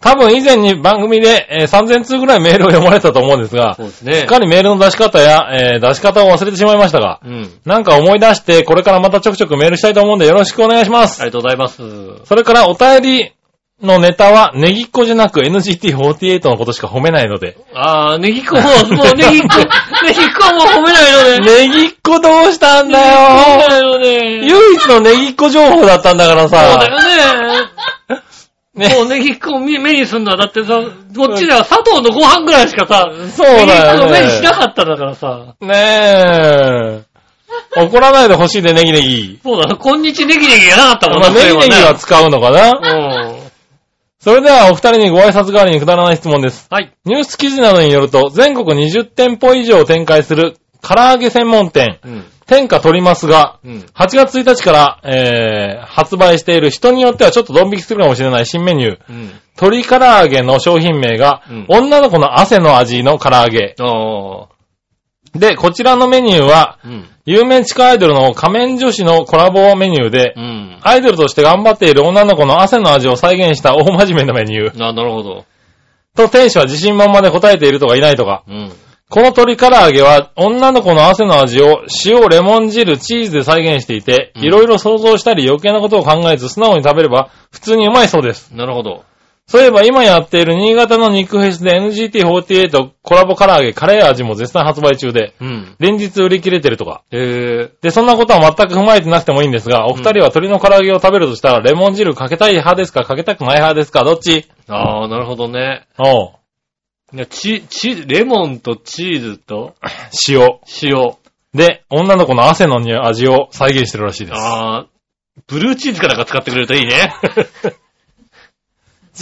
S3: 多分以前に番組で、えー3000通ぐらいメールを読まれたと思うんですが、
S2: そうです
S3: す
S2: ね
S3: っ。かりメールの出し方や、えー出し方を忘れてしまいましたが、
S2: うん。
S3: なんか思い出して、これからまたちょくちょくメールしたいと思うんでよろしくお願いしま
S2: あ
S3: す。
S2: りがとうございます。
S3: それから、お便りのネタは、ネギっ子じゃなく NGT48 のことしか褒めないので。
S2: ああ、ネギっ子も、 [laughs] もうネギっ子、ネギっ子も褒めないのね。
S3: ネギっ子どうしたんだ
S2: 褒め
S3: よ
S2: ないのね。
S3: 唯一のネギっ子情報だったんだから
S2: そうだ
S3: さ。
S2: よね。
S3: ね
S2: もうネギっ子を目目にすんのは、だってさ、こっちでは砂糖のご飯ぐらいしかさ、
S3: そうだよね
S2: ネギっ子の目にしなかったんだからさ。
S3: ねえ。怒らないでほしいで、ネギネギ。
S2: そうだな、こんにちネギネギやなかったもん
S3: まあ、ネギネギは使うのか
S2: う
S3: な
S2: ん。
S3: それでは、お二人にご挨拶代わりにくだらない質問です。
S2: はい。
S3: ニュース記事などによると、全国20店舗以上展開する唐揚げ専門店、
S2: うん。
S3: 天下取りますが、
S2: うん。
S3: 8月1日から、えー、発売している人によってはちょっとドン引きするかもしれない新メニュー、
S2: うん。
S3: 鶏唐揚げの商品名が、
S2: うん
S3: 女の子の汗の味の唐揚げ。
S2: ああ。
S3: で、こちらのメニューは、
S2: うん。
S3: 有名地下アイドルの仮面女子のコラボメニューで
S2: う、ん。
S3: アイドルとして頑張っている女の子の汗の味を再現した大真面目なメニュー。
S2: あ、なるほど。
S3: と、店主は自信満々で答えているとかいないとか。
S2: うん。
S3: この鶏唐揚げは、女の子の汗の味を塩、レモン汁、チーズで再現していて、
S2: うん
S3: いろいろ想像したり余計なことを考えず素直に食べれば、普通にうまいそうです。
S2: なるほど。
S3: そういえば今やっている新潟の肉フェスで NGT48 コラボ唐揚げカレー味も絶賛発売中で、
S2: うん。
S3: 連日売り切れてるとか。
S2: え
S3: で、そんなことは全く踏まえてなくてもいいんですが、お二人は鶏の唐揚げを食べるとしたら、レモン汁かけたい派ですかかけたくない派ですかどっち
S2: ー、ああ、なるほどね。
S3: おう
S2: いや、チ、チ、レモンとチーズと
S3: 塩。
S2: 塩。
S3: で、女の子の汗のに味を再現してるらしいです。
S2: ああ、ブルーチーズかなんか使ってくれるといいね。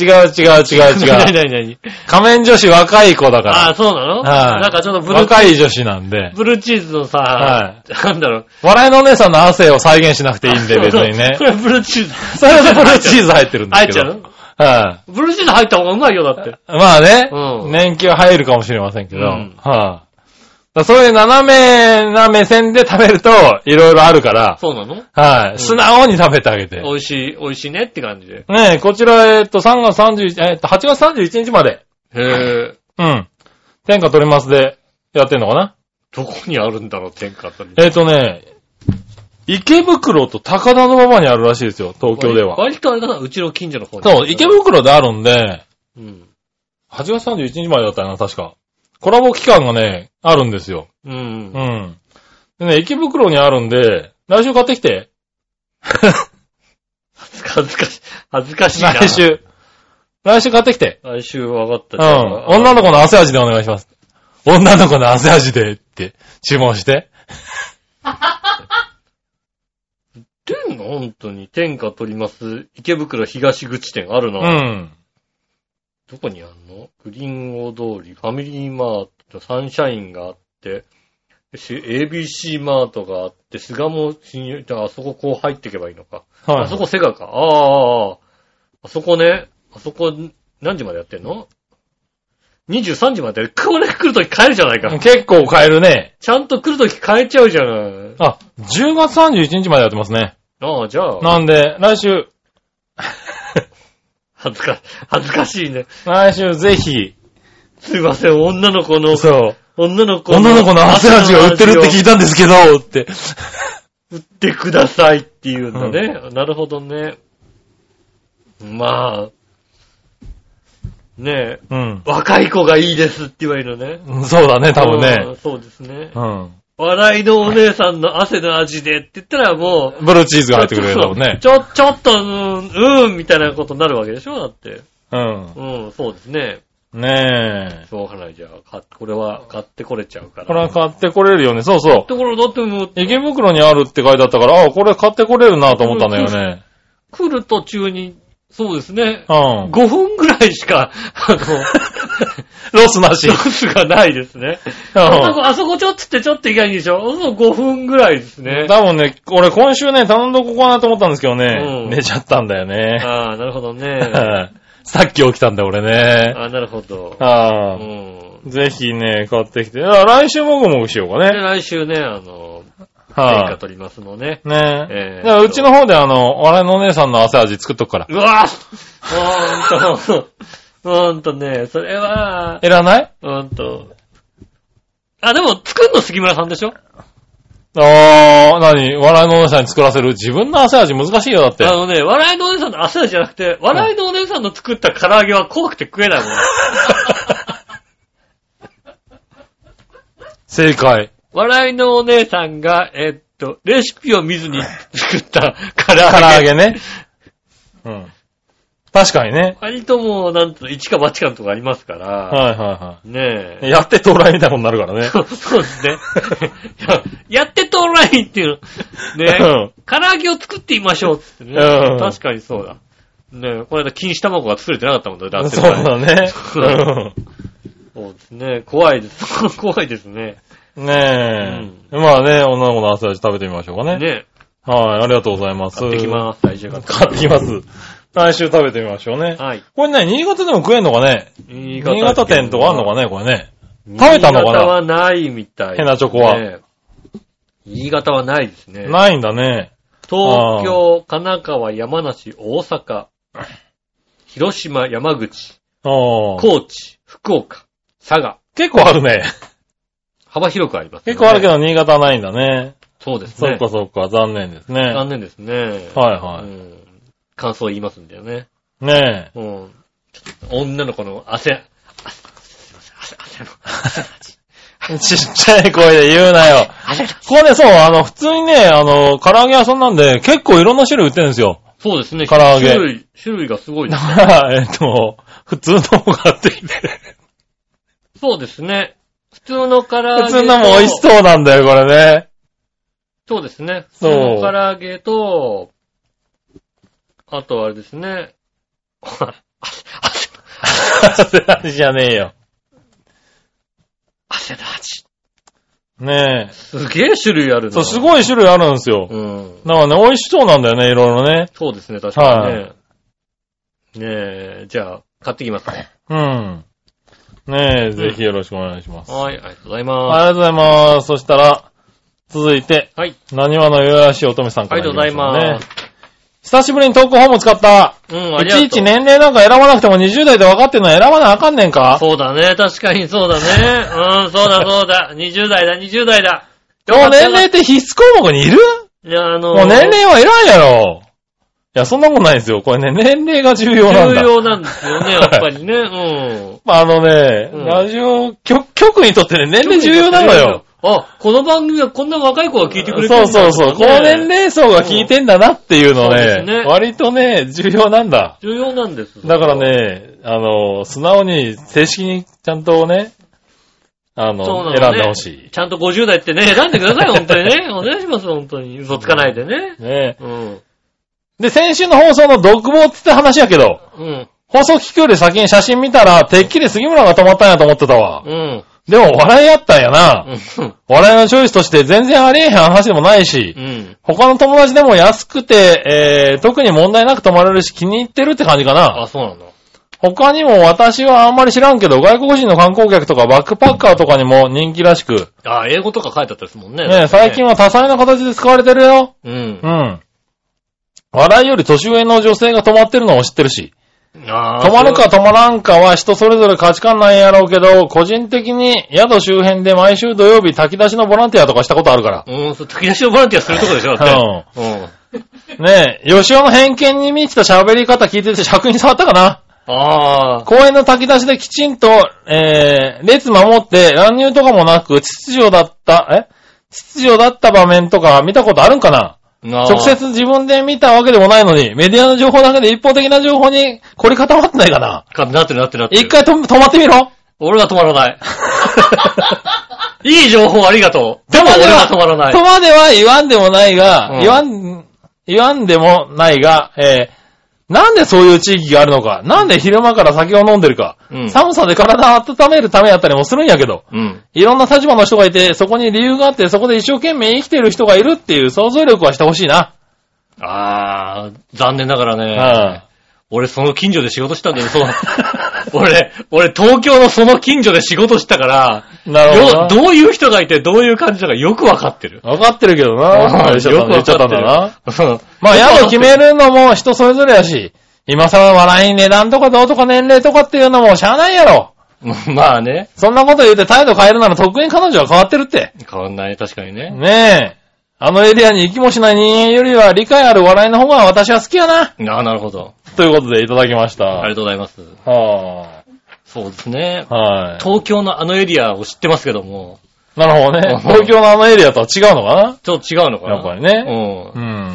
S3: 違う違
S2: [laughs]
S3: う違う
S2: なに
S3: 違う。
S2: なになに
S3: 仮面女子若い子だ
S2: あ
S3: か
S2: あ、そうなの
S3: はい
S2: なんかちょっとブ
S3: ら。
S2: ルーチ
S3: 若
S2: ー
S3: い女子なんで
S2: ズ、。ブルーチーズのさ、
S3: は
S2: なんだろう。
S3: 笑いのお姉さんの汗を再現しなくていいんで、別にね
S2: [laughs] そ。れはブルーチーズ。
S3: [laughs] それでブルーチーズ入ってるんです
S2: 入っ
S3: け
S2: ち
S3: ど。
S2: ゃうの
S3: はい。
S2: ブルーチーズ入った方がうまいよ、だって。
S3: まあね、
S2: うん
S3: 年季は入るかもしれませんけど、
S2: うん
S3: はい、だからそういう斜めな目線で食べると、いろいろあるから、
S2: そうなの
S3: はい、
S2: ん
S3: 素直に食べてあげて。
S2: 美味しい、美味しいねって感じで。
S3: ねえ、こちら、えっと、3月31、えっと、8月31日まで、
S2: へえ。
S3: うん。天下取りますで、やってんのかな
S2: どこにあるんだろう、天下って。
S3: えっとね、池袋と高田の馬場にあるらしいですよ、東京では。
S2: 割とあれだな、うちの近所の方に
S3: そう、池袋であるんで、
S2: うん。
S3: 8月31日までだったよな、確か。コラボ期間がね、あるんですよ。
S2: う。
S3: うんん。でね、池袋にあるんで、来週買ってきて。
S2: [laughs] 恥ずかしい。恥ずかしいな。
S3: 来。週。来週買ってきて。
S2: 来週は分かった。
S3: うん。女の
S2: 子。
S3: 子の汗味でお願いします。女の子の汗味でって注文して。
S2: てんの本当に。天下取ります。池袋東口店あるな。
S3: うん。
S2: どこにあんのグリーン大通り、ファミリーマート、サンシャインがあって、し ABC マートがあって、巣鴨新宿、じゃああそここう入っていけばいいのか。
S3: はい。
S2: あそこセガか。ああああ、あそこね、あそこ何時までやってんの ?23 時まで。これ来るとき帰るじゃないか。
S3: 結構買えるね。
S2: ちゃんと来るとき変えちゃうじゃない。
S3: あ、10月31日までやってますね。
S2: ああ、じゃあ、
S3: なんで、来週、
S2: 恥ずか、恥ずかしいね。
S3: 来週ぜひ、
S2: すいません、女の子の、
S3: そう、
S2: 女の子
S3: 女の子の汗味が売ってるって聞い
S2: い
S3: たんですけど、って。
S2: てくださいっていうんだね。なるほどね。まあ、ねえ、
S3: うん。
S2: 若い子がいいですって言えばいいのね。
S3: そうだね、多分
S2: うん
S3: ね。
S2: そうですね
S3: う。ん。
S2: 笑いのお姉さんの汗の味でって言ったらもう、
S3: ブルーチーズが入ってくれる多分ね。
S2: ちょ、ちょっと、うん、うん、みたいなことになるわけでしょだって。
S3: う
S2: うん、そうですね。
S3: ん。ねえ。
S2: しょうがないじゃあ、かこれは買ってこれちゃうから。
S3: これは買ってこれるよね。そうそう。
S2: ところだってもう、
S3: 池袋にあるって書いてあったから、あこれ買ってこれるなと思ったんだよね。
S2: 来る途中に、そうですね。
S3: うん。
S2: 5分ぐらいしか、 [laughs] あの、
S3: ロ
S2: [laughs]
S3: スなし。
S2: ロスがないですね。
S3: う
S2: あそこ、
S3: ん。
S2: あそこちょっとってちょっといけないんでしょそう5分ぐらいですね。
S3: 多分ね、俺今週ね、頼んどこうかなと思ったんですけどね、
S2: うん
S3: 寝ちゃったんだよね。
S2: ああ、なるほど
S3: [laughs]
S2: ね。
S3: さっき起きたんだよ俺ね。
S2: ああ、なるほど。う
S3: ああ
S2: ん。
S3: ぜひね、買ってきて。あ来週もぐもぐしようか
S2: で、
S3: ね。
S2: 来週ね、あの、変化
S3: は
S2: 取りますのね。
S3: い。ね
S2: えー
S3: だからうちの方であの、我のお姉さんの汗味作っとくから。
S2: うわぁほんと、ほんとね、それは、
S3: いらない
S2: うんと。あ、でも、作んの杉村さんでしょ
S3: ああ、なに笑いのお姉さんに作らせる自分の汗味難しいよ、だって。
S2: あのね、笑いのお姉さんの朝じゃなくて、笑いのお姉さんの作った唐揚げは怖くて食えない [laughs] もん。
S3: 正解。
S2: 笑いのお姉さんが、えっと、レシピを見ずに作った唐揚
S3: 唐
S2: げ。
S3: 揚げね。 [laughs] うん。確かにね。
S2: 割ともう、なんと、一か八かのとこありますから、
S3: はいは
S2: ね
S3: いは
S2: え。
S3: い。やって到来みたいなことになるから [laughs] ね。
S2: そう [laughs] そうですね。 [laughs] いややってとらいっていうの。ねえ。唐揚げを作ってみましょうっつってね。
S3: うん
S2: 確かにそうだ。ねえ、この間、錦糸卵が作れてなかったもんだよ、だ
S3: う
S2: っ
S3: ん。
S2: て。
S3: そうだ [laughs] ね。
S2: そうですね。怖いです。 [laughs] 怖いですね。
S3: うんねえ。まあね、女の子の朝味食べてみましょうかね。
S2: ね。
S3: はい、ありがとうございます。
S2: 買ってきます。体重が。
S3: 買ってきます。来週食べてみましょうね。
S2: はい。
S3: これね、新潟でも食えんのかね
S2: 新
S3: 新潟店とかあんのかねこれね。
S2: ね
S3: 食べたのかな
S2: 新潟はないみたい、
S3: 変なチョコは
S2: ね新潟はないですね。
S3: ないんだね。
S2: 東京、神奈川、山梨、大阪、広島、山口、
S3: ああ。
S2: 高知、福岡、佐賀、
S3: 結構あるね。
S2: 幅広くあります、
S3: 結構あるけ。ど、新潟はないんだね。
S2: そうです
S3: そっ
S2: ね。
S3: かそっか、残念ですね。
S2: 残念ですね。
S3: はいはい
S2: うん感想言いますんだよね。
S3: ねえ。
S2: うん。女の子の汗、汗、汗、汗の、
S3: ちっちゃい声で言うなよ。
S2: 汗の、
S3: ここね、そう、あの、普通にね、あの、唐揚げ屋さんなんで、結構いろんな種類売ってるんですよ。
S2: そうですね。
S3: 唐揚げ
S2: 種類、種類がすごいで
S3: だ
S2: す。
S3: から、えっと、普通のも買ってきて。
S2: そうですね。普通の唐揚げと。
S3: 普通のも美味しそうなんだよ、これね。 [laughs]
S2: そうですね。普通
S3: そう
S2: の唐揚げと、あとあれですね。汗、汗、
S3: 汗味じゃねえよ。
S2: 汗の味。
S3: ねえ。
S2: すげえ種類あるな
S3: そう、すごい種類あるんですよ。
S2: うん。
S3: だからね、美味しそうなんだよね、いろいろね。
S2: そうですね、確かにね。
S3: は
S2: ねえ、じゃあ、買ってきますね。
S3: うん。ねえ、ぜひよろしくお願いします。
S2: はい、ありがとうござい
S3: あ
S2: ま
S3: りがとうございます。そしたら、続いて、
S2: す。はい、
S3: 何話のよやしおとめさん
S2: あ
S3: か
S2: り
S3: ら
S2: がとう
S3: き
S2: ござ
S3: ま
S2: い
S3: しょうね。
S2: ます。
S3: 久しぶりに投稿本を使った。
S2: うん、あ
S3: い
S2: りがとう。
S3: ちいち年齢なんか選ばなくても20代で分かってんのは選ばなあかんねんか
S2: そうだね、確かにそうだ
S3: [laughs]
S2: ね。うん、そうだそうだ。20代だ、20代だ。
S3: もう年齢って必須項目にいる
S2: いや、あのー、
S3: もう年齢はいらんやろ。いや、そんなことないですよ。これね、年齢が重要なん
S2: 重
S3: だ。
S2: 要なんですよ
S3: [laughs]
S2: ね、やっぱりね。うん。
S3: まああのね、
S2: うん
S3: ラジオ局、局にとってね、年齢重要なのよ。。
S2: あ、この番組はこんな若い子が聞いてくれてるん
S3: そ
S2: だ
S3: うそうそ
S2: と
S3: う。こ
S2: かね
S3: の年齢層が聞いてんだなっていう
S2: うん
S3: の
S2: そう
S3: ね、
S2: ですね
S3: 割とね、重要なんだ。
S2: 重要なんです。
S3: だから。ね、あの、素直に、正式にちゃんとね、あの、
S2: そうなのね
S3: 選んでほしい。
S2: ちゃんと50代ってね、選んでください、本当に
S3: [laughs]
S2: ね。お願いします、本当に。嘘つかないでね。
S3: ね
S2: うん。
S3: で、先週の放送の独房って言った話やけど、
S2: うん。
S3: 放送聞くより先に写真見たら、てっきり杉村が止まったんやと思ってたわ。
S2: うん。
S3: でも笑いあったんやな。
S2: うん。
S3: 笑いのチョイスとして全然ありえへん話でもないし、
S2: うん。
S3: 他の友達でも安くて、えー、特に問題なく泊まれるし気に入ってるって感じか
S2: あ、
S3: な。
S2: そうなんだ。
S3: 他にも私はあんまり知らんけど、外国人の観光客とかバックパッカーとかにも人気らしく、
S2: あ、英語とか書いてあったですもんね。
S3: ね、最近
S2: は。
S3: は多彩な形で使われてるよ。
S2: うん
S3: う。ん。笑いより年上の女性が泊まってるのを知ってるし、
S2: あー
S3: 泊まるか。泊まらんかは人それぞれ価値観なんやろうけど、個人的に宿周辺で毎週土曜日炊き出しのボランティアとかしたことあるから。
S2: そううん、そう、炊き出しをボランティアするとこでしょ、だって。うん。
S3: ねえ、吉尾の偏見に満ちた喋り方聞いてて尺に触ったかな
S2: ああ。
S3: 公園の炊き出しできちんと、えー、列守って乱入とかもなく、秩序だった、え秩序だった場面とか見たことあるんかな
S2: なあ
S3: 直。接自分で見たわけでもないのに、メディアの情報だけで一方的な情報に凝り固まってないかな
S2: かなってるなってるなってる。
S3: 一回と止まってみろ
S2: 俺は止まら
S3: [laughs]
S2: ない。いい情報ありがとう。でも俺は止まらない。
S3: とまでは言わんでもないが、
S2: うん
S3: 言わん、言わんでもないが、えー、なんでそういう地域があるのか、なんで昼間から酒を飲んでるか、
S2: うん
S3: 寒さで体を温めるためやったりもするんやけど、
S2: うん。
S3: いろんな立場の人がいて、そこに理由があって、そこで一生懸命生きてる人がいるっていう想像力はしてほしいな。
S2: ああ、残念ながらね。
S3: は
S2: 俺その近所で仕事したんだよ、そう。
S3: [laughs]
S2: 俺、俺東京のその近所で仕事したから、
S3: なるほ
S2: よ
S3: どな。
S2: どういう人がいてどういう感じだかよくわかってる。
S3: わかってるけどな。
S2: うん
S3: 言っちゃったんだな。
S2: うん
S3: まあ、
S2: よくわか
S3: 宿
S2: っ
S3: 決
S2: てる
S3: めるのも人それぞれやし、今更笑い値段とかどうとか年齢とかっていうのもしゃあないやろ。
S2: まあね。
S3: そんなこと言うて態度変えるならとっくに彼女は変わってるって。
S2: 変わんない、確かにね。
S3: ねえ。あのエリアに行きもしない人間よりは理解ある笑いの方が私は好きやな。
S2: ああ、なるほど。
S3: ということでいただきました。
S2: ありがとうございます。
S3: は
S2: そうですね
S3: あ、。はい。
S2: 東京のあのエリアを知ってますけども、
S3: なるほどね
S2: [laughs] うん。
S3: 東京のあのエリアとは違うのか
S2: ちょっと違うのかな。
S3: やっぱりね
S2: うん。
S3: な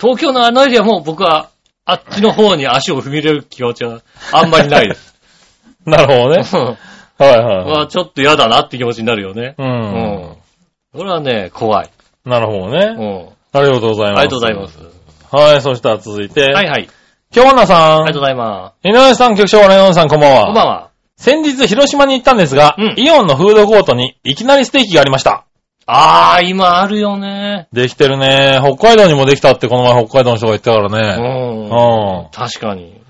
S2: 東京のあのエリアも僕は、あっちの方に足を踏み入れる気持ちはあんまりないです。
S3: [laughs] うん。なるほ
S2: [laughs]
S3: どね。
S2: うん
S3: はい
S2: まあ
S3: はい。
S2: ちょっと嫌だなって気持ちになるよね。
S3: う。。
S2: うんこれはね、怖い。
S3: なるほど
S2: うん。
S3: ね。ありがとうござい
S2: あ
S3: ま
S2: り
S3: す。
S2: がとうございます。。
S3: はい、そしたら続いて。
S2: はいはい。
S3: 京奈
S2: あ
S3: さん。
S2: りがとうございま
S3: 井上さん、局長、ライオンさん、こんばん
S2: す。
S3: は。
S2: こんばんは。
S3: 先日、広島に行ったんですが、
S2: うん
S3: イオンのフードコートにいきなりステーキがありました。
S2: あー、今あるよね。
S3: できてるね。北海道にもできたって、この前北海道の人が言ってたか
S2: う。
S3: らね。うんん。
S2: 確かに。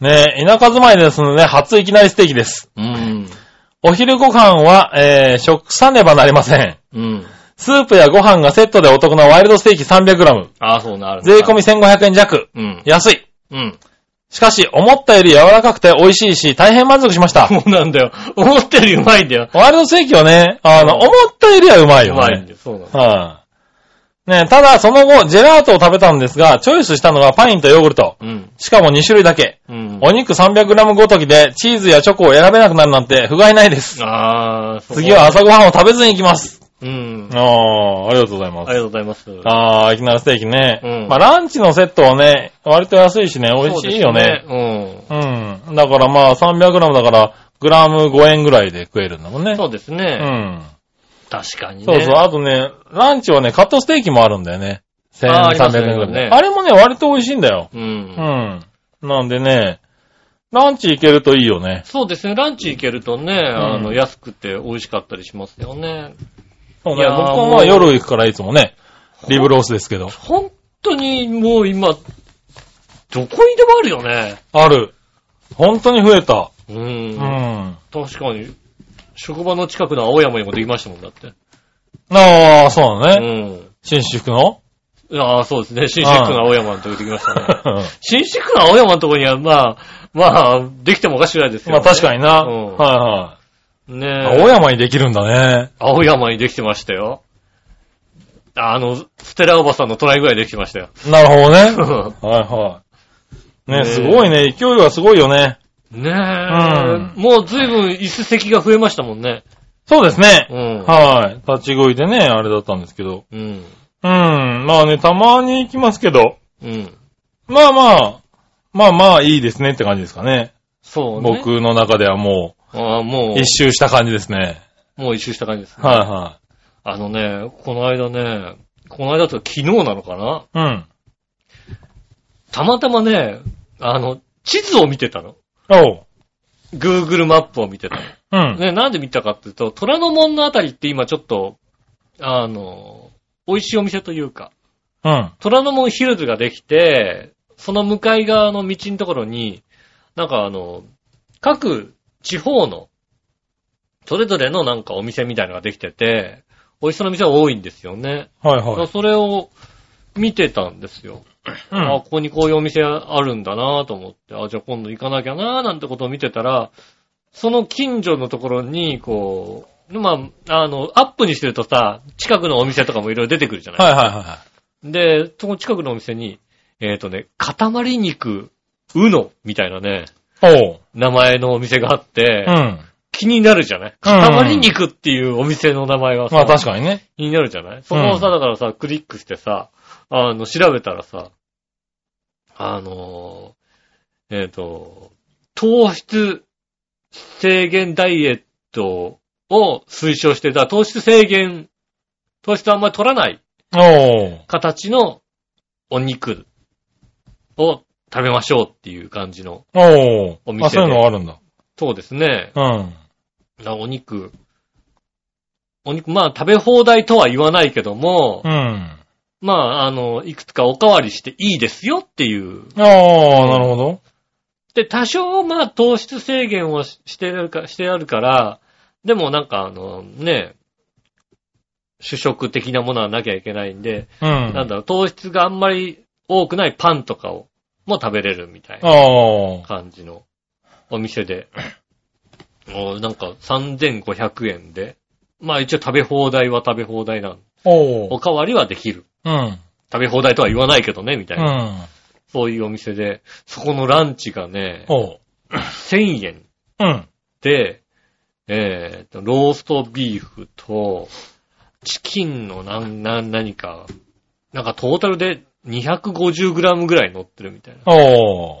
S3: ねえ田舎住まいですので、初いきなりステーキです。
S2: うん。
S3: お昼ご飯は、えー、食さねばなりません。
S2: うん。
S3: スープやご飯がセットでお得なワイルドステーキ 300g。
S2: あー、そうなる。
S3: 税込み。1500円弱。
S2: うん。
S3: 安い。
S2: うん。
S3: しかし、思ったより柔らかくて美味しいし、大変満足しました。
S2: そうなんだよ。思ったよりうまいんだよ。
S3: ワイルドステーキはね、あの、
S2: うん
S3: 思ったよりはうまいうよ
S2: まいん
S3: ね。
S2: だよ。そうなんだ。
S3: はい、ねただ、その後、ジェラートを食べたんですが、チョイスしたのがパインとヨーグルト。
S2: うん。
S3: しかも2種類だけ。
S2: うん。
S3: お肉 300g ごときで、チーズやチョコを選べなくなるなんて、不甲斐ないです。
S2: あー、そう
S3: 次は。朝ごはんを食べずに行きます。
S2: うん。
S3: ああ、ありがとうござい
S2: あ
S3: ま
S2: りがとうございます。
S3: ああ、いきなりステーキね。
S2: うん
S3: まあ、ランチのセットはね、割と安いしね、美味しいよね。
S2: そうですね。
S3: うん。だからまあ、300g だから、グラム5円ぐらいで食えるんだもん
S2: う
S3: ね。
S2: ん。そうです
S3: う
S2: ね。
S3: ん。
S2: 確かにね。
S3: そうそう。あとね、ランチはね、カットステーキもあるんだよね。1300
S2: あーありますね
S3: 円ぐらい
S2: ね
S3: で。あれもね、割と美味しいんだよ。
S2: う。
S3: うんん。なんでね、ランチ行けるといいよね。
S2: そうですね。ランチ行けるとね、あの、
S3: うん
S2: 安くて美味しかったりしますよね。
S3: そう
S2: い
S3: ね。
S2: や
S3: 僕
S2: ー
S3: は
S2: も
S3: ま
S2: う
S3: あ夜行くからいつもね、リブロースですけど。
S2: 本当にもう今、どこにでもあるよね。
S3: ある。本当に増えた。
S2: う。
S3: うんん。
S2: 確かに。職場の近くの青山にもできましたもんだって。
S3: ああ、そうだ
S2: う
S3: ね。
S2: ん。
S3: 紳士
S2: [laughs]
S3: 服の
S2: ああ、そうですね。新宿区の青山のとこできましたね。 [laughs] 新宿区の青山のとこには、まあ、まあ、できてもおかしくないですよ、
S3: まあ確かにな。
S2: うん
S3: は
S2: に。
S3: い
S2: ね
S3: はい。青山にできるんだね。
S2: 青山にできてましたよ。あの、ステラおばさんの隣ぐらいできてましたよ。 [laughs]
S3: なるほどね。
S2: ね
S3: はいはい。
S2: ね
S3: ね、すごいね。勢いはすごいよね。
S2: え、
S3: ん
S2: もう随分椅子席が増えましたもんね。
S3: そうですね。
S2: うん。
S3: はい。立ち食いでね、あれだったんですけど。
S2: うん。
S3: うん。まあね、たまに行きますけど。
S2: うん。
S3: まあまあ、まあまあいいですねって感じですかね。
S2: そうね。。
S3: 僕の中ではも
S2: ああ、も
S3: う、一周した感じですね。
S2: う、もう一周した感じです、ね。
S3: は
S2: あのね、この間ね、この間とか昨日なのかない
S3: はい。うん。
S2: たまたまね、あの、地図を見てたの。
S3: おう。
S2: Google マップを見てたの。
S3: うん。
S2: ね、なんで見たかっていうと、虎ノ門のあたりって今ちょっと、あの、美味しいお店というか、
S3: うん。
S2: 虎ノ門ヒルズができて、その向かい側の道のところに、なんかあの、各地方の、それぞれのなんかお店みたいのができてて、美味しそうな店が多いんですよね。
S3: はいはい。
S2: それを見てたんですよ。
S3: う
S2: あ、
S3: ん
S2: こ。こにこういうお店あるんだなと思って、あ、じゃあ今度行かなきゃななんてことを見てたら、その近所のところに、こう、まあ、あの、アップにしてるとさ、近くのお店とかもいろいろ出てくるじゃない、
S3: はいはいはいはい。
S2: で、その近くのお店に、えっ、とね、塊肉、うの、みたいなね、
S3: おう。
S2: 名前のお店があって、
S3: うん。
S2: 気になるじゃない塊肉っていうお店の名前はさ、
S3: まあ確かにね。
S2: 気になるじゃないそこをさ、だからさ、クリックしてさ、あの、調べたらさ、あのー、えっ、と、糖質制限ダイエットを推奨してた、糖質制限、糖質あんまり取らない
S3: おう。
S2: 形のお肉を食べましょうっていう感じの、
S3: おう。
S2: お店で
S3: あ、そういうのがあるんだ。
S2: そうですね。
S3: うん。
S2: だからお肉、お肉、まあ食べ放題とは言わないけども、
S3: うん。
S2: まあ、あの、いくつかおかわりしていいですよっていう。
S3: ああ、なるほど。
S2: で、多少、まあ、糖質制限をししてるか、してあるから、でもなんか、あの、ね、主食的なものはなきゃいけないんで、
S3: うん。
S2: なんだろう、糖質があんまり多くないパンとかを、も食べれるみたいな
S3: あ
S2: 感じのお店で、おなんか3500円で、まあ一応食べ放題は食べ放題なんで
S3: あ。お
S2: お
S3: う。
S2: かわりはできる。
S3: うん。
S2: 食べ放題とは言わないけどね、みたいうな。
S3: ん。
S2: そういうお店で、そこのランチがね、
S3: おう。
S2: 1000円
S3: うん。
S2: で、えーと、ローストビーフと、チキンのなん、なん、何か、なんかトータルで 250g ぐらい乗ってるみたいな
S3: おう。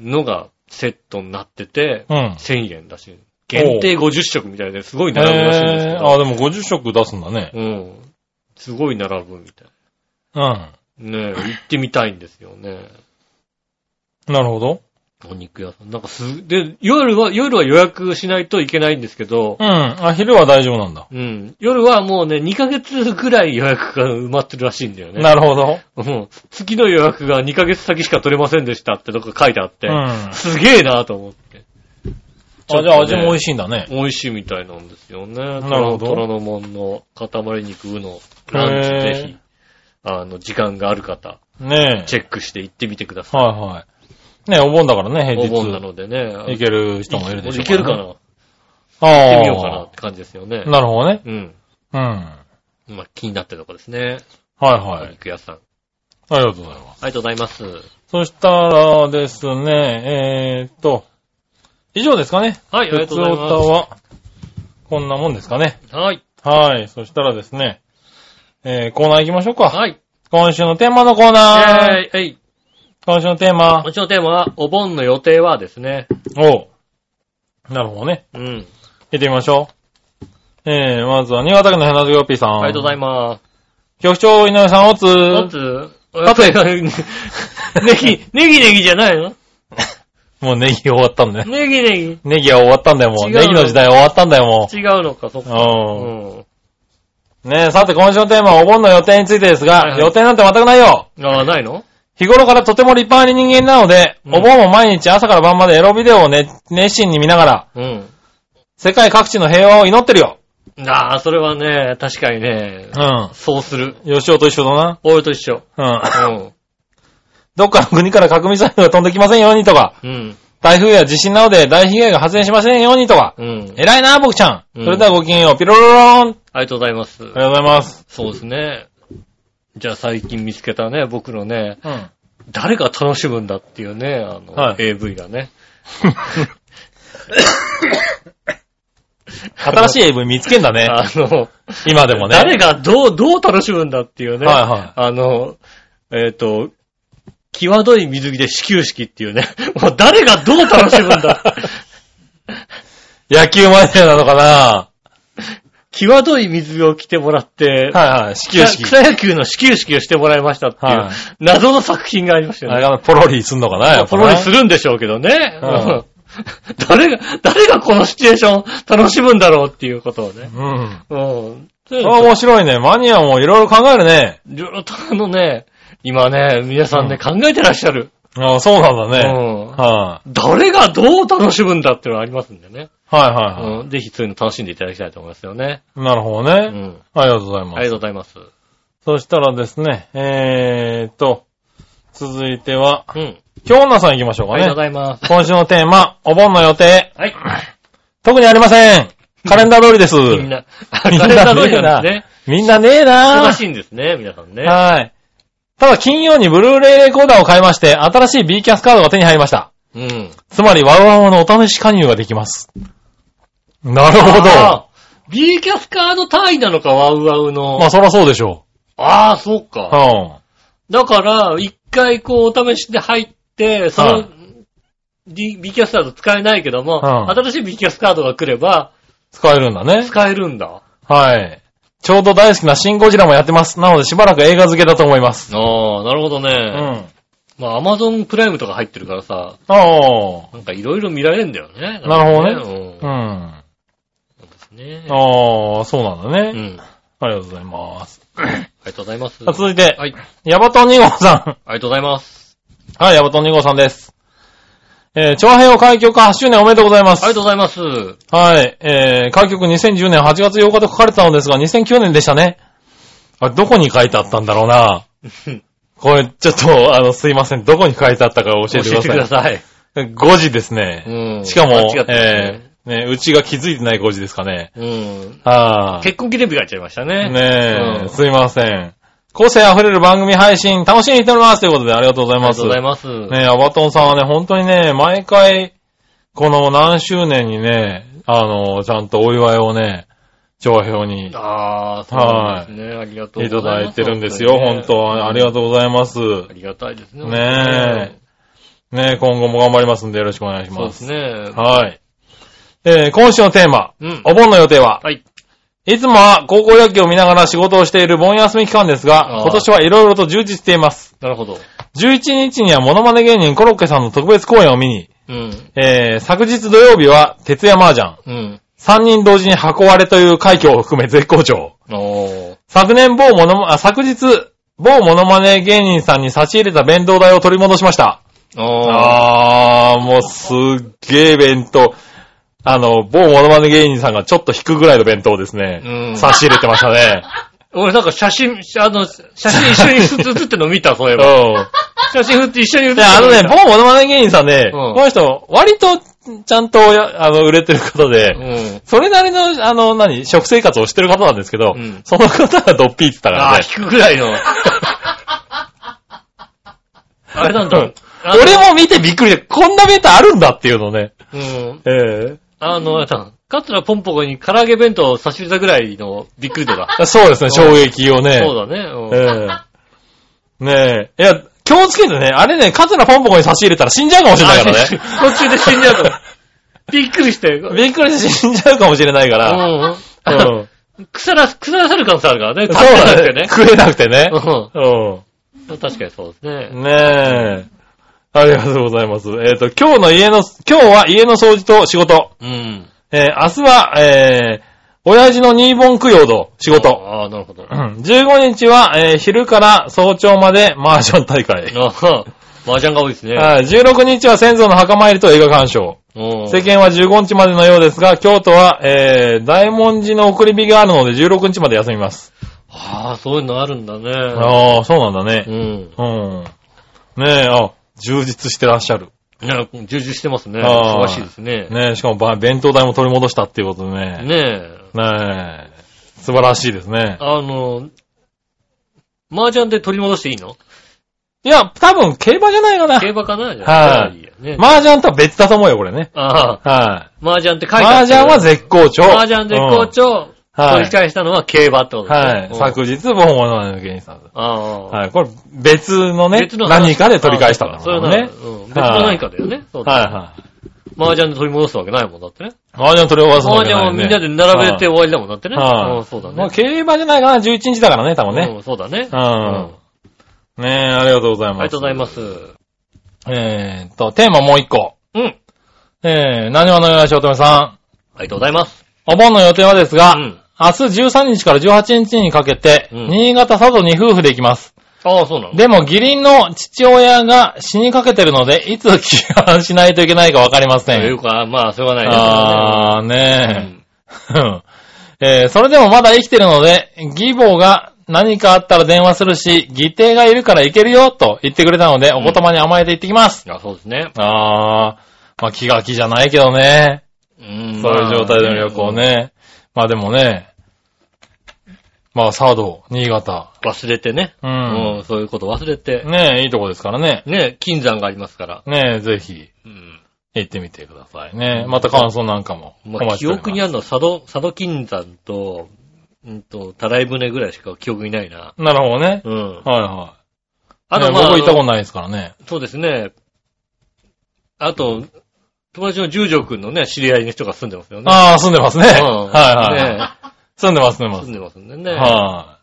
S2: のがセットになってて、
S3: うん。
S2: 1000円だし、限定50食みたいですごい並ぶらしいんですけ
S3: へえ
S2: ど、
S3: あ、でも50食出すんだね。
S2: うん。すごい並ぶみたい
S3: うん。
S2: な。ねえ、行ってみたいんですよね。
S3: なるほど。
S2: お肉屋さん。なんかす、で、夜は、夜は予約しないといけないんですけど、
S3: うん。あ、昼は大丈夫なんだ。
S2: うん。夜はもうね、2ヶ月ぐらい予約が埋まってるらしいんだよね。
S3: なるほど。
S2: うん。月の予約が2ヶ月先しか取れませんでしたってとこ書いてあって、
S3: うん。あ、
S2: すげえなと思って。
S3: じゃあ味も美味しいんだね。
S2: 美味しいみたいなんですよね。な
S3: るほど
S2: 虎の門の塊肉うのランチ、
S3: へー
S2: ぜひ、あの、時間がある方、
S3: ね
S2: チェックして行ってみてください。
S3: はいはい。ねお盆だからね、
S2: お
S3: 平
S2: 盆な
S3: 日。
S2: のでね。
S3: 行ける人もいるでしょ
S2: 行けるかな
S3: な
S2: 行
S3: あ
S2: っ
S3: あ。
S2: てみようかなって感じですよね。
S3: なるほどね。
S2: うん。
S3: うん。
S2: まあ、気になってるとこですね。
S3: はいは
S2: お
S3: い。
S2: 肉屋さん。
S3: ありがとうございます。
S2: ありがとうございます。
S3: そしたらですね、えーっと、以上ですかね。
S2: はい、ありが
S3: 普
S2: と
S3: 通
S2: うござい
S3: 歌
S2: ま
S3: は、こんなもんですかね。
S2: す。はい。
S3: はい。そしたらですね、えー、コーナー行きましょうか。
S2: はい。
S3: 今週のテーマのコーナー。
S2: えー、えい。
S3: 今週のテーマ
S2: 今。週のテーマは、お盆の予定はですね。
S3: おうなるほどね。
S2: うん。
S3: 行ってみましょう。えー、まずは、新潟県のヘナズヨピーさん。
S2: ありがとうござい
S3: ま
S2: ます。
S3: す。局長、井上さん、おつ
S2: おつ、おつ、ネギ、 [laughs] ネギネギじゃないの
S3: もうネギ終わったんだよ。
S2: ネギネギ。違
S3: ネギは終わったんだよ、もう。
S2: 違う
S3: ネギの時代は終わったんだよ、も
S2: うのか、そっか。う。
S3: う。うんん。ねえ、さて、今週のテーマはお盆の予定についてですが、
S2: はいはい
S3: 予定なんて全くないよ
S2: ああ、ないの
S3: 日頃からとても立派な人間なので、
S2: うん
S3: お盆も毎日朝から晩までエロビデオを、ね、熱心に見ながら、
S2: うん。
S3: 世界各地の平和を祈ってるよ。
S2: ああ、それはね、確かにね、
S3: うん。
S2: そうする。
S3: 吉尾と一緒だ
S2: 俺と一緒。
S3: な。うん。 [laughs]
S2: うん。
S3: どっかの国から核ミサイルが飛んできませんようにとか、
S2: うん。
S3: 台風や地震などで大被害が発生しませんようにとか、
S2: うん。
S3: 偉いな、僕ちゃ
S2: うん
S3: ん。それではごきげんよう、ピロロローン。
S2: ありがとうございます。
S3: ありがとうございます。
S2: そうですね。じゃあ最近見つけたね、僕のね、
S3: うん。
S2: 誰が楽しむんだっていうね、あの、
S3: はい
S2: AV がね。
S3: 新しい AV 見つけんだね。
S2: [laughs] あの、
S3: 今でもね。
S2: 誰がどう、どう楽しむんだっていうね。
S3: はいはい
S2: あの、えっ、と、際どい水着で始球式っていうね。 [laughs] もう誰がどう
S3: [laughs]
S2: 楽しむんだ
S3: 野球マニアなのかな
S2: 際どい水着を着てもらって、
S3: はいはい。始
S2: 草
S3: 球式。
S2: 草野球の始球式をしてもらいましたっていう、
S3: はい
S2: 謎の作品がありましたよ
S3: あ
S2: ね
S3: れ。がポロリすんのかな、やっぱ
S2: ポ
S3: な
S2: ロリするんでしょうけどね。
S3: う
S2: [laughs] 誰が、誰がこのシチュエーション楽しむんだろうっていうことをね。
S3: うん。
S2: うん。そ
S3: あ面白いね。マニアもいろいろ考えるね。
S2: いろいろとあのね、今ね、皆さんね、考えてらっしゃる。
S3: あそうなんだね。
S2: うん。
S3: は
S2: 誰がどう楽しむんだっていうのがありますんでね。
S3: い。はいはいはい。
S2: うん。ぜひそういうの楽しんでいただきたいと思いますよね。
S3: なるほど
S2: う
S3: ね。
S2: ん。
S3: ありがとうございます。
S2: ありがとうございます。
S3: そしたらですね、えーっと、続いては、
S2: うん。
S3: 京女さん行きましょう
S2: あ
S3: か
S2: りがとうご
S3: ね。
S2: ざいます。
S3: 今週のテーマ、お盆の予定。
S2: はい。
S3: 特にありません。カレンダー通りです。
S2: みんな、あ
S3: みん
S2: カ
S3: な
S2: レンダー通りなんですね。
S3: みんなねえな
S2: 忙
S3: ぁ
S2: しいんですね、皆さんね。
S3: はい。ただ金曜にブルーレイレコーダーを買いまして、新しい B キャスカードが手に入りました。
S2: うん。
S3: つまり、ワウワウのお試し加入ができます。なるほど。
S2: あー。B キャスカード単位なのか、ワウワウの。
S3: まあ、そらそうでしょ
S2: ああ、そう
S3: う。
S2: か。
S3: は
S2: だから、一回こう、お試しで入って、そ
S3: は
S2: の
S3: い、
S2: D- B キャスカード使えないけども、
S3: うん
S2: 新しい B キャスカードが来れば、
S3: 使えるんだね。
S2: 使えるんだ。
S3: はい。ちょうど大好きなシンゴジラもやってます。なので、しばらく映画付けだと思います。
S2: ああ、なるほど
S3: う
S2: ね。
S3: ん。
S2: まあ、アマゾンプライムとか入ってるからさ、
S3: あ
S2: なんかいろいろ見られるんだよね。
S3: なる
S2: ほどね。
S3: あ。うん。
S2: うん。そうですね。
S3: ああ、そうなんだね。
S2: うん。あ
S3: ありがとうございます。
S2: りがとうございます。
S3: さあ続いて、
S2: はい。
S3: ヤバトン2号さん。
S2: ありがとうございます。
S3: はい、ヤバトン2号さんです。えー、長編を開局8周年おめでとうございま
S2: ありが
S3: す
S2: と。うございます。
S3: はい、えー、開局2010年8月8日と書かれてたのですが、2009年でしたね。あ、どこに書いてあったんだろうな。これ、ちょっと、あの、すいません。どこに書いてあったか教えてください。
S2: さい。
S3: 5時ですね。
S2: うん。
S3: しかも、
S2: 間違って
S3: えー、ね、うちが気づいてない5時ですかね。
S2: ますねうん。
S3: ああ。
S2: 結婚記念日がやっちゃいましたね。
S3: ねえ、
S2: うん
S3: すいません。個性あふれる番組配信、楽しみにしておりますということで、ありがとうご
S2: あ
S3: ざい
S2: り
S3: ま
S2: が
S3: す。
S2: とうございます。
S3: ねえ、アバトンさんはね、本当にね、毎回、この何周年にね、あの、ちゃんとお祝いをね、上表にいた
S2: ああ、そうなんですね。ありがとうござ
S3: だ
S2: います。
S3: いてるんですよ、本当ありが
S2: う。
S3: とうございます。
S2: ありがたいですね。
S3: ねねえ、今後も頑張りますんでよろしくお願いし
S2: そう
S3: ま。
S2: ですすね。
S3: はい。えー今週のテーマ、
S2: うん。
S3: お盆の予定は、
S2: はい。
S3: いつもは高校野球を見ながら仕事をしている盆休み期間ですが
S2: あ、ー
S3: 今年はいろいろと充実しています。
S2: なるほど。
S3: 11日にはモノマネ芸人コロッケさんの特別公演を見に、
S2: うん。
S3: えー、昨日土曜日は徹夜麻雀、
S2: うん。
S3: 3人同時に箱割れという快挙を含め絶好調。
S2: おー。
S3: 昨年某モノマ、あ、昨日、某モノマネ芸人さんに差し入れた弁当代を取り戻しました。
S2: おー。
S3: あー、もうすっげー弁当。あの、某モノマネ芸人さんがちょっと引くぐらいの弁当ですね。
S2: うん
S3: 差し入れてましたね。
S2: 俺なんか写真、あの、写真一緒に写写ってんの見 [laughs]
S3: [laughs]
S2: た、そういえば。
S3: うん。
S2: 写真写って一緒に写って
S3: で、
S2: ん
S3: あの
S2: 見 [laughs]
S3: ね、
S2: た
S3: 某モノマネ芸人さんね、
S2: うん
S3: この人、割と、ちゃんとや、あの、売れてる方で、
S2: うん。
S3: それなりの、あの、何、食生活をしてる方なんですけど、
S2: うん
S3: その方がドッピーって言ってたから
S2: ああ、
S3: ね。
S2: 引くぐらい
S3: [laughs]
S2: の。あれなん
S3: う
S2: だ
S3: ん。俺も見てびっくりで、こんなベタあるんだっていうのね。
S2: 俺うん。
S3: ええ
S2: あの、あれだカツラポンポコに唐揚げ弁当を差し入れたぐらいのびっくり度だ。
S3: そうですね、衝撃をね。
S2: そうだね。うん
S3: ええねえ。いや、気をつけてね、あれね、カツラポンポコに差し入れたら死んじゃうかもしれないからね。
S2: あ途中で死んじゃ
S3: [laughs]
S2: うから。びっくりして。うん。
S3: びっくりして死んじゃうかもしれないから。うん [laughs]
S2: 腐ら、腐らさる可能性あるからね。
S3: そう
S2: 食べな
S3: だ
S2: くて
S3: ね
S2: ね。。
S3: 食えなくてね。
S2: う
S3: うん。
S2: ん。確かにそうですね。
S3: ねえ。ありがとうございます。えっ、と、今日の家の、今日は家の掃除と仕事。
S2: うん。
S3: えー明日は、えー、親父の新盆供養と仕事。
S2: ああ、なるほど。
S3: う
S2: あ
S3: ん15日は、えー昼から早朝まで麻雀大会。
S2: あ、麻雀が多いですね。
S3: はい16日は先祖の墓参りと映画鑑賞。
S2: うん
S3: 世間は15日までのようですが、京都は、えー大文字の送り火があるので16日まで休みます。
S2: ああ、そういうのあるんだね。
S3: ああ、そうなんだ
S2: う
S3: ね。
S2: ん。
S3: うん。ねえ、あ、充実してらっしゃる。
S2: ね充実してますね。
S3: ああ
S2: 忙しいですね。
S3: ねえ、しかもば弁当代も取り戻したっていうことでね。
S2: ねえ。
S3: ねえ、素晴らしいですね。
S2: あの、麻雀で取り戻していいの
S3: いや、多分競馬じゃないかな。
S2: 競馬かなじゃあ
S3: はい
S2: いいよね。
S3: 麻雀とは別だと思うよ、これね。
S2: ああ、
S3: は
S2: 麻雀って
S3: い。
S2: 書いてあ
S3: 麻
S2: った
S3: 雀
S2: よ
S3: は絶好調。
S2: 麻雀で好
S3: うん。
S2: 調、
S3: は
S2: 取り
S3: い。
S2: 返したのは競馬ってことだ
S3: は
S2: ね
S3: い。昨日、ボンモノマネの芸人さんです。
S2: ああ。
S3: はい。これ、別のね、
S2: 別の話
S3: 何かで取り返したんだ
S2: それ
S3: も
S2: は
S3: んね。
S2: ね。うん別の何かだよね。そうだ
S3: はいは
S2: 麻雀で取り戻すわけないもんだってね。
S3: 麻雀取り終わらす
S2: 麻
S3: わけ
S2: 雀
S3: な
S2: を
S3: い
S2: み
S3: ね。
S2: んなで並べて終わりだもんだってね。
S3: はい
S2: うんそうだね。
S3: まあ、競馬じゃないかな、11日だからね、多分ね。
S2: うんそうだね。
S3: うん
S2: うん
S3: ねえ、ありがとうございます。
S2: ありがとうございます。
S3: えーっと、テーマもう一個。
S2: うん。
S3: えー、何話のようなしおとめさん。
S2: ありがとうございます。
S3: お盆の予定はですが、
S2: うん。
S3: 明日13日から18日にかけて、
S2: うん
S3: 新潟佐渡に夫婦で行きます。
S2: ああ、そうなの
S3: でも義理の父親が死にかけてるので、いつ帰還しないといけないかわかりませ
S2: とい
S3: ん
S2: う。か、まあ、しょうがないね
S3: あー、
S2: それは
S3: ねえ。
S2: ね
S3: うん [laughs] えーそれでもまだ生きてるので、義母が何かあったら電話するし、義弟がいるから行けるよと言ってくれたので、お言葉に甘えて行ってきます。
S2: うん。あそうですね。
S3: あー、まあ気が気じゃないけどね。
S2: うん
S3: そういう状態での旅行。ね。まあでもね、まあ佐渡、新潟。
S2: まあ忘れてね。
S3: う。
S2: うんん、そういうこと忘れて。
S3: ねえ、いいとこですからね。
S2: ね、金山がありますから。
S3: ねえ、ぜひ
S2: うん。
S3: 行ってみてくださいね。また感想なんかもお
S2: まあ、
S3: 待ちして
S2: 記
S3: おります。
S2: 憶にあるのは佐渡、佐渡金山と、うんと、たらい船ぐらいしか記憶にないな。
S3: なるほどね。
S2: うん。
S3: はいはい。
S2: あと、
S3: ね
S2: まあ、
S3: 僕行ったことないですからね。
S2: そうですね。あと、友達の十条くんのね、知り合いの人が住んでますよね。
S3: ああ、住んでますね。
S2: うん
S3: はいはいはい。
S2: ね
S3: 住んでます、住んで
S2: 住
S3: ます
S2: ん。でますんでね。
S3: は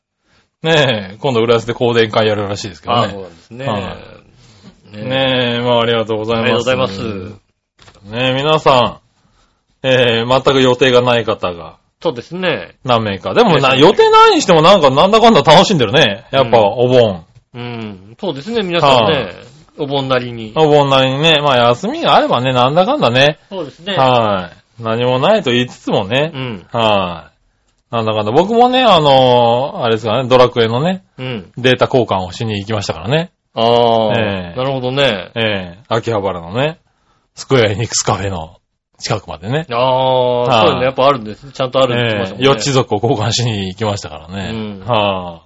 S3: い。ねえ、今度浦安で講演会やるらしいですけ
S2: あ
S3: ど
S2: あ、そう
S3: ね。
S2: なんですね。
S3: は
S2: ね
S3: ねえ、まあありがとうござい
S2: あ
S3: ま
S2: りが
S3: す。
S2: とうございます。
S3: ねえ、皆さん、えー、全く予定がない方が
S2: そうですね。
S3: 何名か。でもな、
S2: ね
S3: 予定ないにしてもなんかなんだかんだ楽しんでるね。やっぱ
S2: うん
S3: お盆。
S2: うん。そうですね、皆さんね、お盆なりに。
S3: お盆なりにね、まあ休みがあればね、なんだかんだね。
S2: そうですね。
S3: はい。何もないと言いつつも
S2: う
S3: ね。
S2: ん。
S3: はい。なんだかんだ。僕もね、あのーあれですからね、ドラクエのね、
S2: うん。
S3: データ交換をしに行きましたからね。
S2: ああ、
S3: ええ
S2: なるほどね。
S3: ええ秋葉原のね、スクエアエニックスカフェの近くまでね。
S2: ああ、
S3: は
S2: そ
S3: い
S2: ういうのやっぱあるんですね。ちゃんとあるんです
S3: ええ四地族を交換しに行きましたからね。
S2: うん
S3: は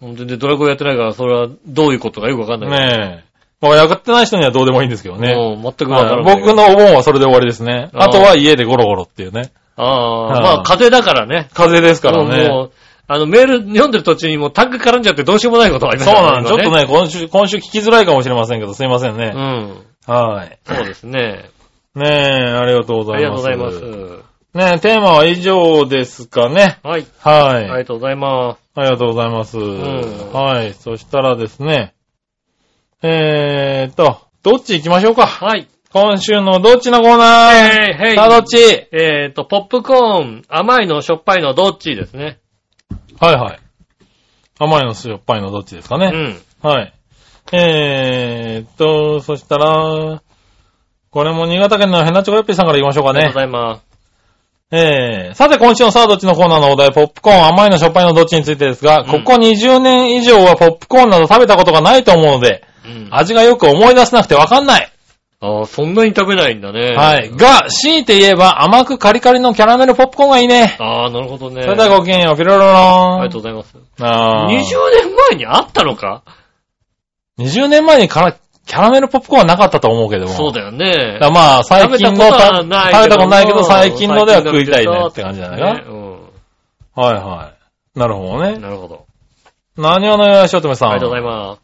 S2: 全然ドラゴンやってないから、それはどういうことかよくわかん
S3: あ、
S2: ない
S3: ねえ。まあ、やってない人にはどうでもいいんですけど
S2: けど。
S3: ね。
S2: もう全くわ
S3: は
S2: か
S3: い
S2: らない。
S3: 僕。のお盆はそれで終わりですね。
S2: あー
S3: あとは家でゴロゴロっていうね。
S2: ああ、
S3: はい
S2: まあ風邪だからね。
S3: 風邪ですから
S2: も
S3: ね。
S2: う、あの、メール読んでる途中にもうタッグ絡んじゃってどうしようもないことがありま
S3: そ
S2: す
S3: うなんです。ちょっと。ね、今週、今週聞きづらいかもしれませんけど、すいません
S2: 今
S3: ね。
S2: ね
S3: はい。
S2: うん。そうです
S3: [laughs]
S2: ね。
S3: ねえ、ありがとうご
S2: あり
S3: ざい
S2: がとう
S3: ま
S2: ご
S3: す。
S2: ざいます。
S3: ねえ、テーマは以上ですかね。
S2: はい。
S3: はい。
S2: ありがとうございます。
S3: ありがとうございます。
S2: ん
S3: はい。そしたらですね、えーっと、どっち行きましょうか。
S2: はい。
S3: 今週のどっちのコーナー、
S2: えー、へい。
S3: さあどっち
S2: えーと、ポップコーン、甘いの、しょっぱいの、どっちですね。
S3: はいはい。甘いのしょっぱいのどっちですか
S2: う
S3: ね。
S2: ん。
S3: はい。えーっと、そしたら、これも新潟県のヘナチョコヨッピーさんから行きましょうか
S2: ありがとう
S3: ね
S2: ご。ざいます。
S3: えー、さて今週のさあどっちのコーナーのお題、ポップコーン、甘いのしょっぱいのどっちについてですが、
S2: ん
S3: ここ20年以上はポップコーンなど食べたことがないと思うので、
S2: うん。あ
S3: 味がよく思い出せなくてわかんない。
S2: あー、そんなに食べないんだね。
S3: はい。が、強いて言えば甘くカリカリのキャラメルポップコーンがいいね。
S2: ああ、なるほどね。
S3: それではごきげんよう、ピロロローン。
S2: ありがとうございます。
S3: あー
S2: 20年前にあったのか
S3: 20年前にからキャラメルポップコーンはなかったと思うけども。
S2: そうだよね
S3: だ。からまあ、最近
S2: 食
S3: の、
S2: べたことは
S3: 食べ
S2: ない
S3: たことないけど、
S2: も
S3: 最近のでは食いたいねって感じじゃないか
S2: ね
S3: な。はいはい。なるほど
S2: う
S3: ね
S2: ん。。なるほど。
S3: 何をのよしおとめさ
S2: あ
S3: ん。
S2: りがとうございます。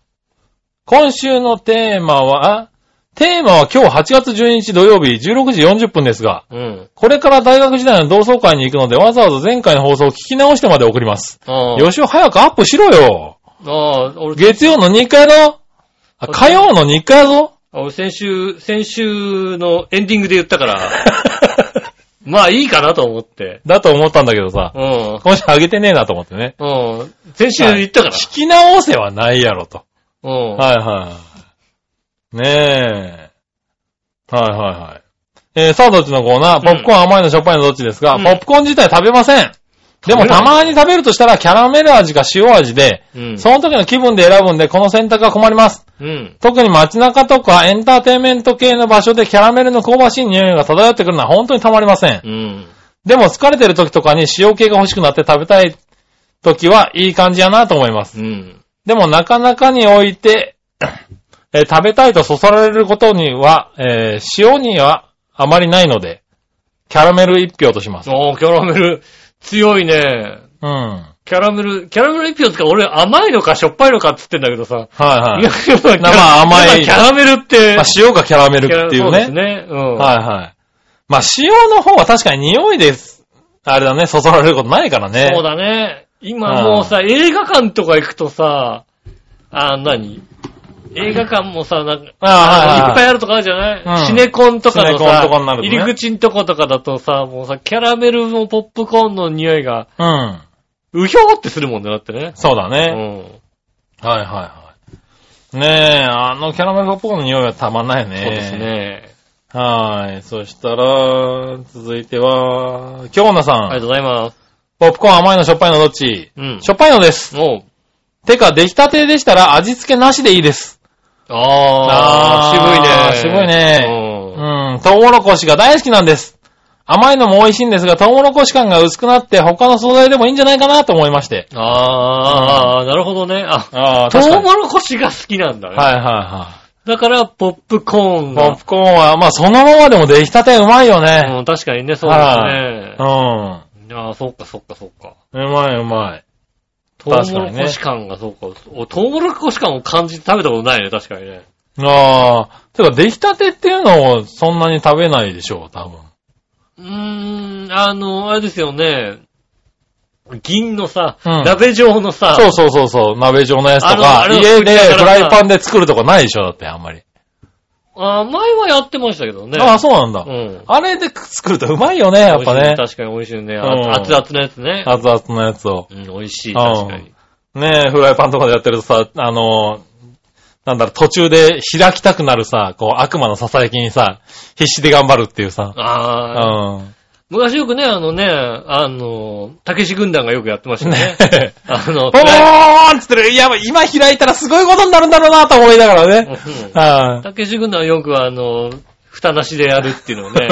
S3: 今週のテーマは、あテーマは今日8月12日土曜日16時40分ですが、
S2: うん。
S3: これから大学時代の同窓会に行くので、わざわざ前回の放送を聞き直してまで送ります。
S2: ああ。
S3: よしお早くアップしろよ。
S2: ああ、俺、
S3: 月曜の2回だろあ火曜の2回だぞ [laughs]
S2: あ俺先週、先週のエンディングで言った
S3: [laughs]
S2: から、まあいいかなと思って。
S3: だと思ったんだけどさ、
S2: うん。
S3: 今週上げてねえなと思ってね。
S2: うん。先週言ったか
S3: 聞き直せはないやろと。
S2: ら。うん。
S3: はいはい。ねえ。はいはいはい。えー、さあどっちのコーナー、ポップコーン甘いのしょっぱいのどっちですが、
S2: うん
S3: ポップコーン自体食べません。でも
S2: 食べない
S3: たまに食べるとしたらキャラメル味か塩味で、
S2: うん。
S3: その時の気分で選ぶんで、この選択は困ります。
S2: うん。
S3: 特に街中とかエンターテインメント系の場所でキャラメルの香ばしい匂いが漂ってくるのは本当にたまりません。
S2: うん。
S3: でも疲れてる時とかに塩系が欲しくなって食べたい時はいい感じやなと思います。
S2: うん。
S3: でもなかなかにおいて、えー食べたいとそそられることには、えー塩にはあまりないので、キャラメル一票とします。
S2: おーキャラメル、強いね。
S3: うん。は
S2: キャラメル、キャラメル一票つか俺甘いのかしょっぱいのかって言ってんだけどさ。
S3: いはい
S2: いや、。やっぱりキャラ
S3: まあ甘い
S2: やっぱりキャラメルって
S3: まあ、、塩がキャラメルっていう
S2: そうです
S3: ね。
S2: ね。うん。
S3: はいはい。まあ、塩の方は確かに匂いです。あれだね、そそられることないからね。
S2: そうだね。今もうさ、映画館とか行くとさ、あー、何映画館もさ、なんか、
S3: あーはいはい
S2: いっぱいあるとかあるじゃない、
S3: うん
S2: シネコンとかの
S3: シネコン
S2: さ、
S3: とかになるとね
S2: 入り口んとことかだとさ、もうさ、キャラメルもポップコーンの匂いが、
S3: うん。
S2: うひょーってするもんね、だってね。
S3: そうだ
S2: う
S3: ね。
S2: ん。
S3: はいはいはい。ねえ、あのキャラメルポップコーンの匂いはたまんないね。
S2: そうです。ね。
S3: はい。そしたら、続いては、京奈さ
S2: ありが
S3: ん。
S2: とうございます。
S3: ポップコーン甘いのしょっぱいのどっち
S2: うん。
S3: しょっぱいのです。
S2: もう、
S3: てか、出来たてでしたら味付けなしでいいです。
S2: あ
S3: あー
S2: ー、
S3: 渋いねう
S2: うん
S3: ん、トウモロコシが大好きなんです。甘いのも美味しいんですが、トウモロコシ感が薄くなって他の素材でもいいんじゃないかなと思いまして。
S2: あー、なるほどね。あ、
S3: ああ、
S2: ト
S3: 確か
S2: ウ
S3: に。は
S2: モロコシが好きなんだね。
S3: いはいは
S2: だから、ポップコーン
S3: い。
S2: が。
S3: ポップコーンは、まあそのままでも出来たてうまいよね。
S2: うん、確かにね、そうです
S3: う
S2: ね。
S3: ん。
S2: ああ、そっかそっかそっか。
S3: うまいうまい。
S2: トウ
S3: 確
S2: モ
S3: か
S2: ロ
S3: にね
S2: コシ感が、そうか。おトウモロコシ感を感じて食べたことないね、確かにね。
S3: ああ、てか出来たてっていうのをそんなに食べないでしょう、多分。
S2: うーん、あの、あれですよね。銀のさ、
S3: うん
S2: 鍋状のさ、
S3: そうそうそうそう、鍋状のやつと
S2: あ
S3: か、
S2: のあれを
S3: 家
S2: 作り
S3: で
S2: ながらさ
S3: フライパンで作るとかないでしょ、だってあんまり。
S2: あ前はやってましたけどね。
S3: ああ、そうなんだ。
S2: うん。
S3: あれで作るとうまいよね、やっぱ
S2: 美味し
S3: ね
S2: い。確かに美味しいね。
S3: うん
S2: あ熱々のやつね。
S3: 熱々のやつを。
S2: うん、美味しい、
S3: うん
S2: 確かに。
S3: ねえ、フライパンとかでやってるとさ、あのー、なんだろう、途中で開きたくなるさ、こう、悪魔のささやきにさ、必死で頑張るっていうさ。う
S2: ああ、
S3: ん。
S2: 昔よくね、あのね、あの、たけし軍団がよくやってましたね
S3: ね。え。
S2: [laughs] あ
S3: [laughs]
S2: の、
S3: ポーンっつってる。いや、今開いたらすごいことになるんだろうなと思いながらね。
S2: うん
S3: は
S2: たけし軍団はよくあの、蓋なしでやるっていうのを
S3: [laughs]
S2: ね、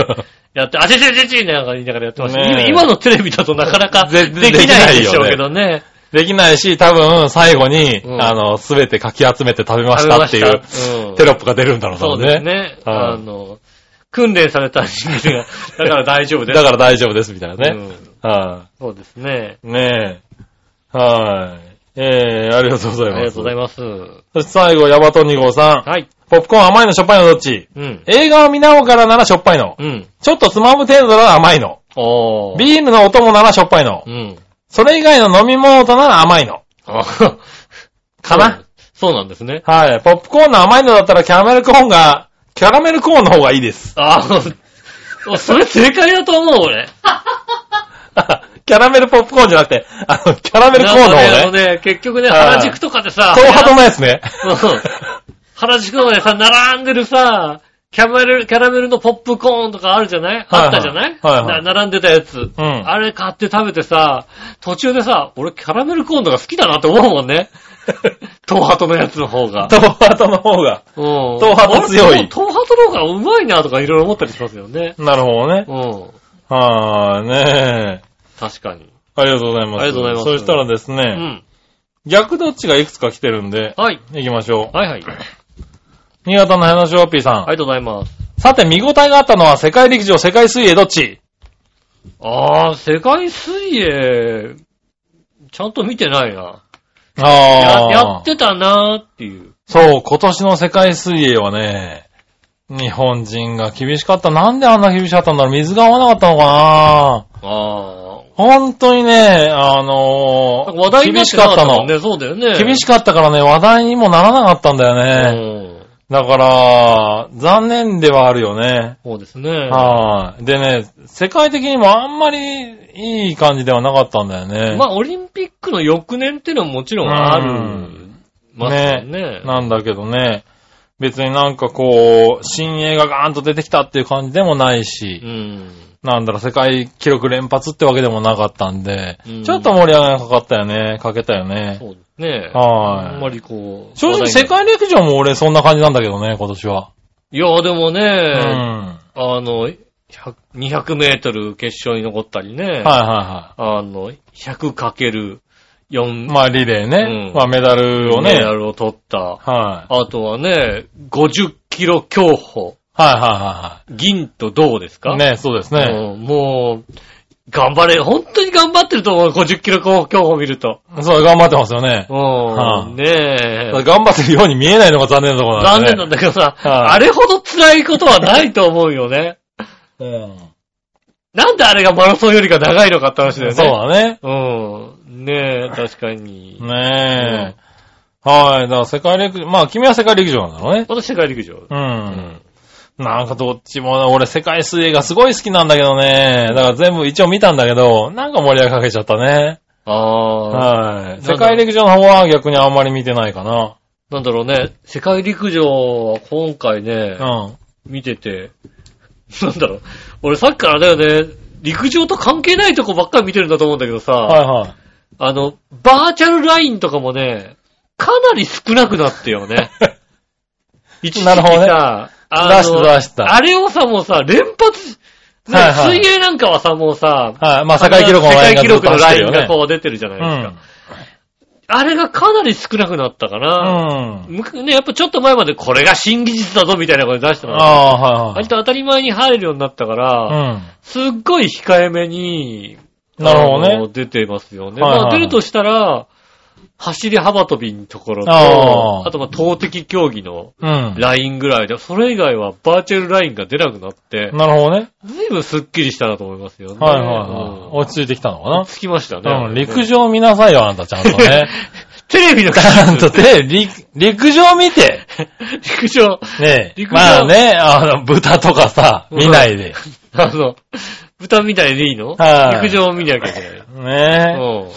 S2: やって、あちちちちなんか言いながらやってました、
S3: ねえ
S2: 今今のテレビだとなかなかで
S3: ぜ
S2: きないでしょうけどね。
S3: い。できないし、多分、最後に、
S2: うん
S3: あの、すべてかき集めて食べましたってい
S2: 食べ
S3: う
S2: ま、したうん
S3: テロップが出るんだろうな
S2: そうです。ね。
S3: はい
S2: あの、訓練された人間
S3: [laughs]
S2: が、だから大丈夫です。
S3: だから大丈夫です、みたいなね。
S2: うん
S3: は
S2: そうですね。
S3: い。ねえ。はい。えー、ありがとうござ
S2: あ
S3: います。
S2: りがとうござい
S3: ま
S2: ます。
S3: す。そして最後、ヤバト2号さん。
S2: はい。
S3: ポップコーン甘いのしょっぱいのどっち
S2: うん。
S3: 映画を見直からならしょっぱいの。
S2: うん。
S3: ちょっとつまむ程度なら甘いの。
S2: おー。
S3: ビールのお供ならしょっぱいの
S2: う。ん。
S3: それ以外の飲み物となら甘いの。
S2: あー
S3: [laughs] かな
S2: そうなんですね。
S3: はい。ポップコーンの甘いのだったらキャラメルコーンが、キャラメルコーンの方がいいです。 [laughs]
S2: あ [laughs] あ、それ正解だと思う、俺。
S3: キャラメルポップコーンじゃなくて、あの、キャラメルコーンの
S2: あ
S3: 方
S2: の
S3: ね。
S2: ね、結局ね、
S3: はい
S2: 原宿とかでさ、
S3: 東ハトのやつね。
S2: うん原宿のね、さ、並んでるさ、キャラメル、キャラメルのポップコーンとかあるじゃない
S3: はい
S2: あったじゃない
S3: はいはい
S2: な並んでたやつ。
S3: ん
S2: あれ買って食べてさ、途中でさ、俺キャラメルコーンとか好きだなって思うもん
S3: [laughs]
S2: ね。東ハトのやつの方が。
S3: 東ハトの方が。
S2: うん。
S3: 東ハト強い
S2: 俺東ハトの方がうまいなとかいろいろ思ったりしますよね。
S3: なるほどね。
S2: うん。
S3: はーい、ねえ。
S2: 確かに。
S3: ありがとうございます。
S2: ありがとうございます
S3: そしたらです
S2: う
S3: ね、
S2: ん。
S3: 逆どっちがいくつか来てるんで、
S2: はい。
S3: 行きましょう。
S2: はいはい。
S3: 新潟の話オーピーさん。
S2: ありがとうございます。
S3: さて、見応えがあったのは世界陸上、世界水泳どっち
S2: あー、世界水泳、ちゃんと見てないな。
S3: あ
S2: ややってたなーっていう。
S3: そう、今年の世界水泳はね、日本人が厳しかった。なんであんな厳しかったんだろう水が合わなかったのかな
S2: あ
S3: 本当にね、あ
S2: あ。
S3: のー
S2: 話題にな
S3: 厳
S2: っ
S3: して
S2: な
S3: か
S2: か
S3: っ
S2: ったた
S3: の
S2: もん。ね。そうだよね。
S3: 厳しかったからね、話題にもならなかったんだよね。
S2: うん。
S3: だから、残念ではあるよね。
S2: そうですね。
S3: [laughs] はい。でね、世界的にもあんまりいい感じではなかったんだよね。
S2: まあ、オリンピックの翌年っていうのももちろんある。ますよね。
S3: なんだけどね、別になんかこう、新鋭がガーンと出てきたっていう感じでもないうし、
S2: ん。
S3: なんだろう、世界記録連発ってわけでもなかったんで、
S2: うん
S3: ちょっと盛り上がりがかかったよね、かけたよね。
S2: そうですね。
S3: はい
S2: あんまりこう。
S3: 正直世界陸上も俺そんな感じなんだけどね、今年は。
S2: いや、でもね、
S3: うん。は
S2: あの、100 200メートル決勝に残ったりね。
S3: いはいは
S2: あの、100×4、
S3: い。まあリレー
S2: う
S3: ね、
S2: ん
S3: まあメダルを
S2: メ
S3: ね、
S2: ダルを取った。
S3: はい。
S2: あとはね、50キロ競歩、
S3: はいは
S2: 銀と銅です
S3: いはいは
S2: か
S3: い。ね、そうですね。
S2: うんもう、頑張れ、本当に頑張ってると思う、50キロ競歩見ると。
S3: そう、頑張ってますよね
S2: う。
S3: はあ
S2: ん、ねえ。
S3: 頑張ってるように見えないのが残念なところな
S2: 残
S3: んで
S2: 念
S3: すね。
S2: なんだけどさ、
S3: はい
S2: あれほど辛いことはないと思うよね。
S3: うん。
S2: なんであれがマラソンよりか長いのかって話だよね。
S3: そうだね。
S2: うん。ねえ、確かに。
S3: ねえ。はい。だから世界陸上、まあ君は世界陸上なんだろうね。
S2: 私世界陸上。
S3: う。。
S2: うん
S3: なんかどっちも、俺世界水泳がすごい好きなんだけどね。だから全部一応見たんだけど、なんか盛り上げかけちゃったね。
S2: ああ、
S3: はい。
S2: なんだ
S3: 世界陸上の方は逆にあんまり見てないかな。
S2: なんだろうね。世界陸上は今回ね、
S3: うん。
S2: 見てて、なんだろう。俺さっきからだよね、陸上と関係ないとこばっかり見てるんだと思うんだけどさ、
S3: はいはい。
S2: あの、バーチャルラインとかもね、かなり少なくなってよ
S3: [laughs]
S2: ね。一時期
S3: なるほどね
S2: さ、あ
S3: 出した出した
S2: あれをさ、もうさ、連発、ね
S3: はいはい
S2: 水泳なんかはさ、もうさ、
S3: はい。まあ世界記録の
S2: 世
S3: ライ
S2: 界
S3: ンが
S2: 記
S3: ずっ
S2: 録
S3: と
S2: の
S3: 走
S2: ラ
S3: って
S2: イ
S3: るよ
S2: ン
S3: ね
S2: が。こう出てるじゃないうですか。あれがかなり少なくなったかな。
S3: ん。うん。
S2: むくね、やっぱちょっと前までこれが新技術だぞみたいなこと出してたのね。
S3: ああ、はい
S2: 割と当たり前に入れるようになったから、
S3: はい。
S2: すっごい控えめに、
S3: うん。なるほど
S2: あの
S3: ね。
S2: 出てますよね。
S3: はいはい
S2: まあ出るとしたら、走り幅跳びのところと、
S3: あ
S2: あ
S3: ー
S2: とまあ投擲競技の
S3: うん。
S2: ラインぐらいで、それ以外はバーチャルラインが出なくなって、
S3: なるほどね。
S2: ずいぶんスッキリしたなと思いますよね。
S3: はいはいはい。
S2: うん
S3: 落ち着いてきたのかな。
S2: つきましたね。
S3: うん、陸上見なさいよ、あんた、ちゃんと
S2: [laughs]
S3: ね。
S2: テレ
S3: [laughs]
S2: ビの
S3: ちゃんとで、り陸上見
S2: [laughs]
S3: て。
S2: 陸上、
S3: ねえ。
S2: 陸上
S3: まあね、あの、豚とかさ、見ないで。
S2: あの、豚みたいでいいの
S3: はい
S2: 陸上を見なきゃいけない。
S3: ねえ。
S2: うん。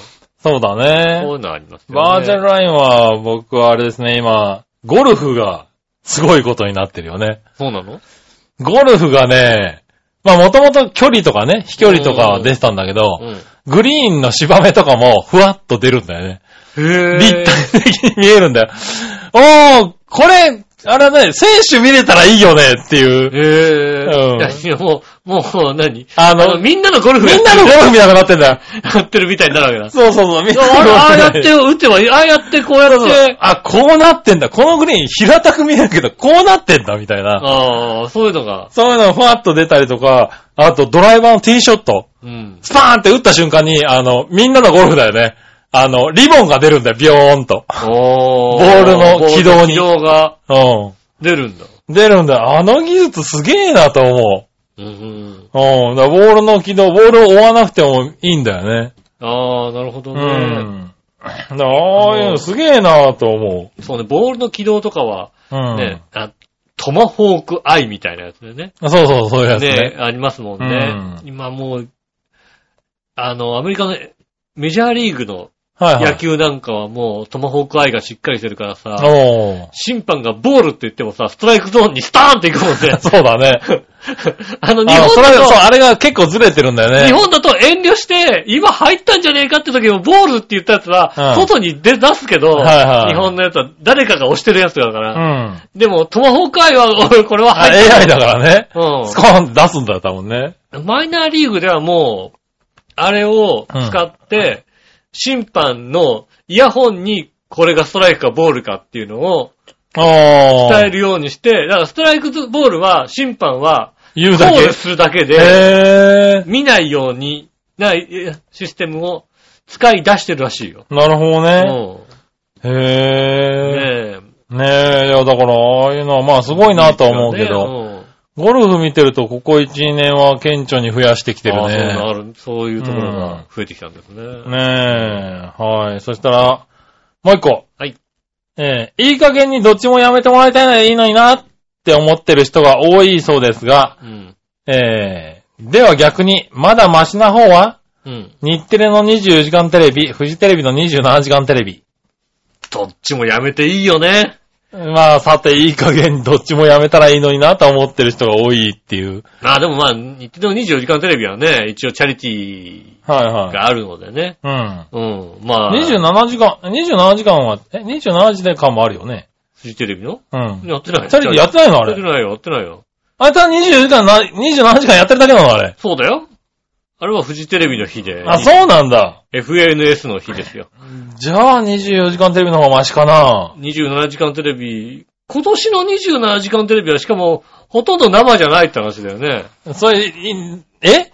S3: そうだ
S2: こうい
S3: ね。
S2: うのありますよね。
S3: バーチャルラインは、僕はあれですね、今、ゴルフが、すごいことになってるよね。
S2: そうなの
S3: ゴルフがね、まあもともと距離とかね、飛距離とかは出てたんだけ
S2: う
S3: ど、
S2: ん。
S3: グリーンの芝目とかも、ふわっと出るんだよね。
S2: へ
S3: 立体的に見えるんだよ。おー、これ、あれだね、選手見れたらいいよねってい
S2: へ
S3: う。
S2: ぇ
S3: うん
S2: ー。いや、もう、もう、何
S3: あ
S2: あの、
S3: の、
S2: み
S3: み
S2: んなのゴルフ
S3: んなのゴルフみたいになってんだよ。
S2: やってるみたいになる [laughs] わけだ。
S3: そうそうそう、みんなのゴルフ。
S2: ああ、やって、打てばいい。ああ、やって、こうやって。
S3: あ、こうなってんだ。このグリーン平たく見えるけど、こうなってんだ、みたいな。
S2: ああ、そういうのが。
S3: そういうのがふわっと出たりとか、あとドライバーのティーショット。
S2: うん。
S3: スパーンって打った瞬間に、あの、みんなのゴルフだよね。あの、リボンが出るんだよ、ビヨーンと。
S2: お
S3: ボールの軌道に
S2: ボールの軌道が
S3: う
S2: 出るんだ。
S3: ん。出るんだよ。あの技術すげえなと思う。
S2: うん。
S3: うん。だからボールの軌道、ボールを追わなくてもいいんだよね。
S2: ああ、なるほど
S3: う
S2: ね。
S3: ん。だからああいうのすげえなぁと思
S2: そうね、ボールの軌道とかは、
S3: う。うん。
S2: ね、あトマホークアイみたいなやつでね。
S3: そうそう、そういうやつ
S2: ね
S3: ね。、
S2: ありますもんね
S3: う。ん
S2: 今もう、あの、アメリカのメジャーリーグの
S3: はいはい。
S2: 野球なんかはもうトマホークアイがしっかりしてるからさ、
S3: おー。。
S2: 審判がボールって言ってもさ、ストライクゾーンにスターンって行くもんね
S3: [laughs] [laughs] そうだね。
S2: あの、日
S3: あのそ
S2: 本
S3: れそう、
S2: だ
S3: あれが結構ずれてるんだよ
S2: と、
S3: ね。
S2: 日本だと遠慮して、今入ったんじゃねえかって時もボールって言ったやつは、
S3: うん
S2: 外に出出すけど、
S3: はいはい
S2: 日本のやつは誰かが押してるやつだから。
S3: うん。
S2: でも、トマホークアイは、 [laughs] おいこれは
S3: あ
S2: 入っ
S3: AI だからね。スコ
S2: た。
S3: ーンって出すんだよ、多分ね。
S2: うん。マイナーリーグではもう、あれを使って、審判のイヤホンにこれがストライクかボールかっていうのを
S3: お
S2: 伝え
S3: ー。
S2: るようにして、だからストライクボールは審判は
S3: 言う
S2: コ
S3: だ
S2: ー
S3: け
S2: ル。するだけで、
S3: へー。
S2: 見ないように、ない、えシステムを使い出してるらしいよ。
S3: なるほどね。
S2: もうん。ね
S3: へー。ねえ、いや、だから、ああいうのは、まあ、すご
S2: え。
S3: いなとは思うけど。
S2: ね
S3: ゴルフ見てると、ここ1、年は顕著に増やしてきて
S2: うん
S3: る
S2: あそう
S3: ね。
S2: なるそういうところが増えてきたんですね。
S3: ねえ。はい。そしたら、もう一個。
S2: はい。
S3: えーいい加減にどっちもやめてもらいたいのでいいのになって思ってる人が多いそうですが、
S2: うん。
S3: えーでは逆に、まだマシな方は、
S2: うん。
S3: 日テレの24時間テレビ、フジテレビの27時間テレビ。
S2: どっちもやめていいよね。
S3: まあ、さて、いい加減にどっちもやめたらいいのになと思ってる人が多いっていう。
S2: まあでもまあ、日テレの24時間テレビはね、一応チャリティ
S3: はい
S2: ー
S3: はい。
S2: があるのでね。
S3: うん。
S2: うん。まあ、
S3: 27時間、27時間は、え、27時間もあるよね。
S2: フジテレビの
S3: うん。
S2: やってない。
S3: チャリティーやってないのあ
S2: やって
S3: れ。
S2: ないよ、やってないよ。
S3: あいつは24時間な、27時間やってるだけなのあれ。
S2: そうだよ。あれはフジテレビの日で。
S3: あ、そうなんだ。
S2: FANS の日ですよ。
S3: じゃあ24時間テレビの方がマシかな。
S2: 27時間テレビ、今年の27時間テレビはしかも、ほとんど生じゃないって話だよね。
S3: それ、い
S2: [laughs]
S3: え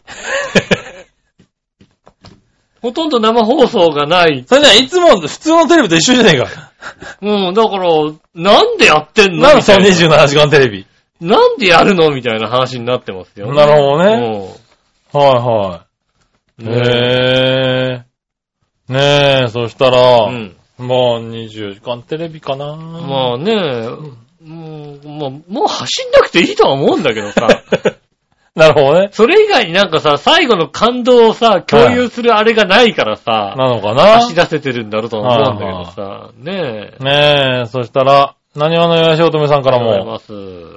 S2: ほとんど生放送がない。
S3: それじゃあいつも普通のテレビと一緒じゃねえか。
S2: うん、だから、なんでやってんの
S3: なんでその
S2: みたいな
S3: 27時間テレビ。
S2: なんでやるのみたいな話になってますよ。
S3: なるほどね。
S2: ほ
S3: はいうはい。へえ。ねえ、そした
S2: う
S3: ら、
S2: ん。
S3: まあ、24時間テレビかな。
S2: まあねもう、もう、もう走んなくていいとは思うんだけどさ。
S3: [laughs] なるほどね。
S2: それ以外になんかさ、最後の感動をさ、共有するあれがないからさ、
S3: なのか
S2: 走
S3: な。
S2: らせてるんだろうとは思うんだけどさ、ねえ。
S3: ねえ、そしたら、何話のよやしおとめさんから
S2: あり
S3: も、
S2: がとうございま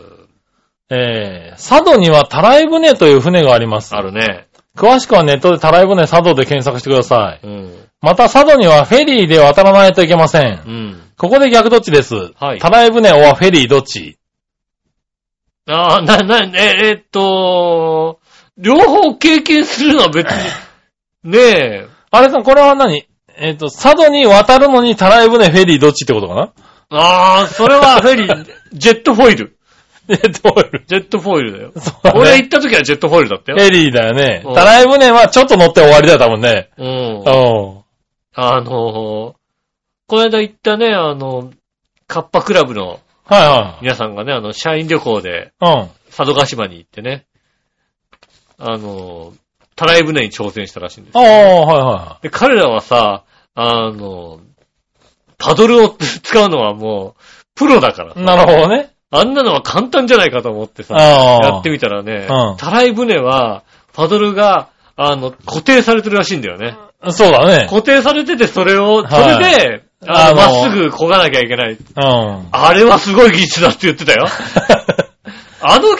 S3: えー、佐渡にはたらい船という船があります
S2: す。あ。るね。
S3: 詳しくはネットでたらい船佐渡で検索してください。
S2: うん。
S3: また佐渡にはフェリーで渡らないといけませ。
S2: うんん。
S3: ここで逆どっちです。
S2: はい
S3: たらい船はフェリーどっち
S2: ああ、な、な、え、えっと、両方経験するのは別
S3: [laughs]
S2: に、ねえ、
S3: あれさん、これは何えっ、と、佐渡に渡るのにたらい船フェリーどっちってことかな [laughs]
S2: ああ、それはフェリー、 [laughs] ジェットフォイル。
S3: えっと、
S2: ジェットフォイルだよ。
S3: そうだね
S2: 俺行った時はジェットフォイルだった
S3: フ
S2: よ。
S3: ェリーだよね
S2: うん。
S3: たらい船はちょっと乗って終わりだよ、多分ね。
S2: うん。
S3: うん。
S2: あのー、この間行ったね、あの、カッパクラブの
S3: は
S2: 皆さんがね、あの、社員旅行で
S3: いはい。うん。
S2: 佐渡島に行ってね、あのー、たらい船に挑戦したらしいんです
S3: ああ、
S2: よ。
S3: は
S2: で、彼らはさ、あの、パドルを使うのはもう、プロだから
S3: いはい。
S2: さ、
S3: なるほどね。
S2: あんなのは簡単じゃないかと思ってさ、
S3: ああ。
S2: やってみたらね
S3: う、ん
S2: たらい船は、パドルが、あの、固定されてるらしいんだよね。
S3: そうだね。
S2: 固定されてて、それを、そ
S3: はい
S2: れで、あの、
S3: あ
S2: ま
S3: の
S2: っすぐ漕がなきゃいけない。
S3: うん。
S2: あれはすごい技術だって言ってた
S3: [laughs]
S2: よ。あの技術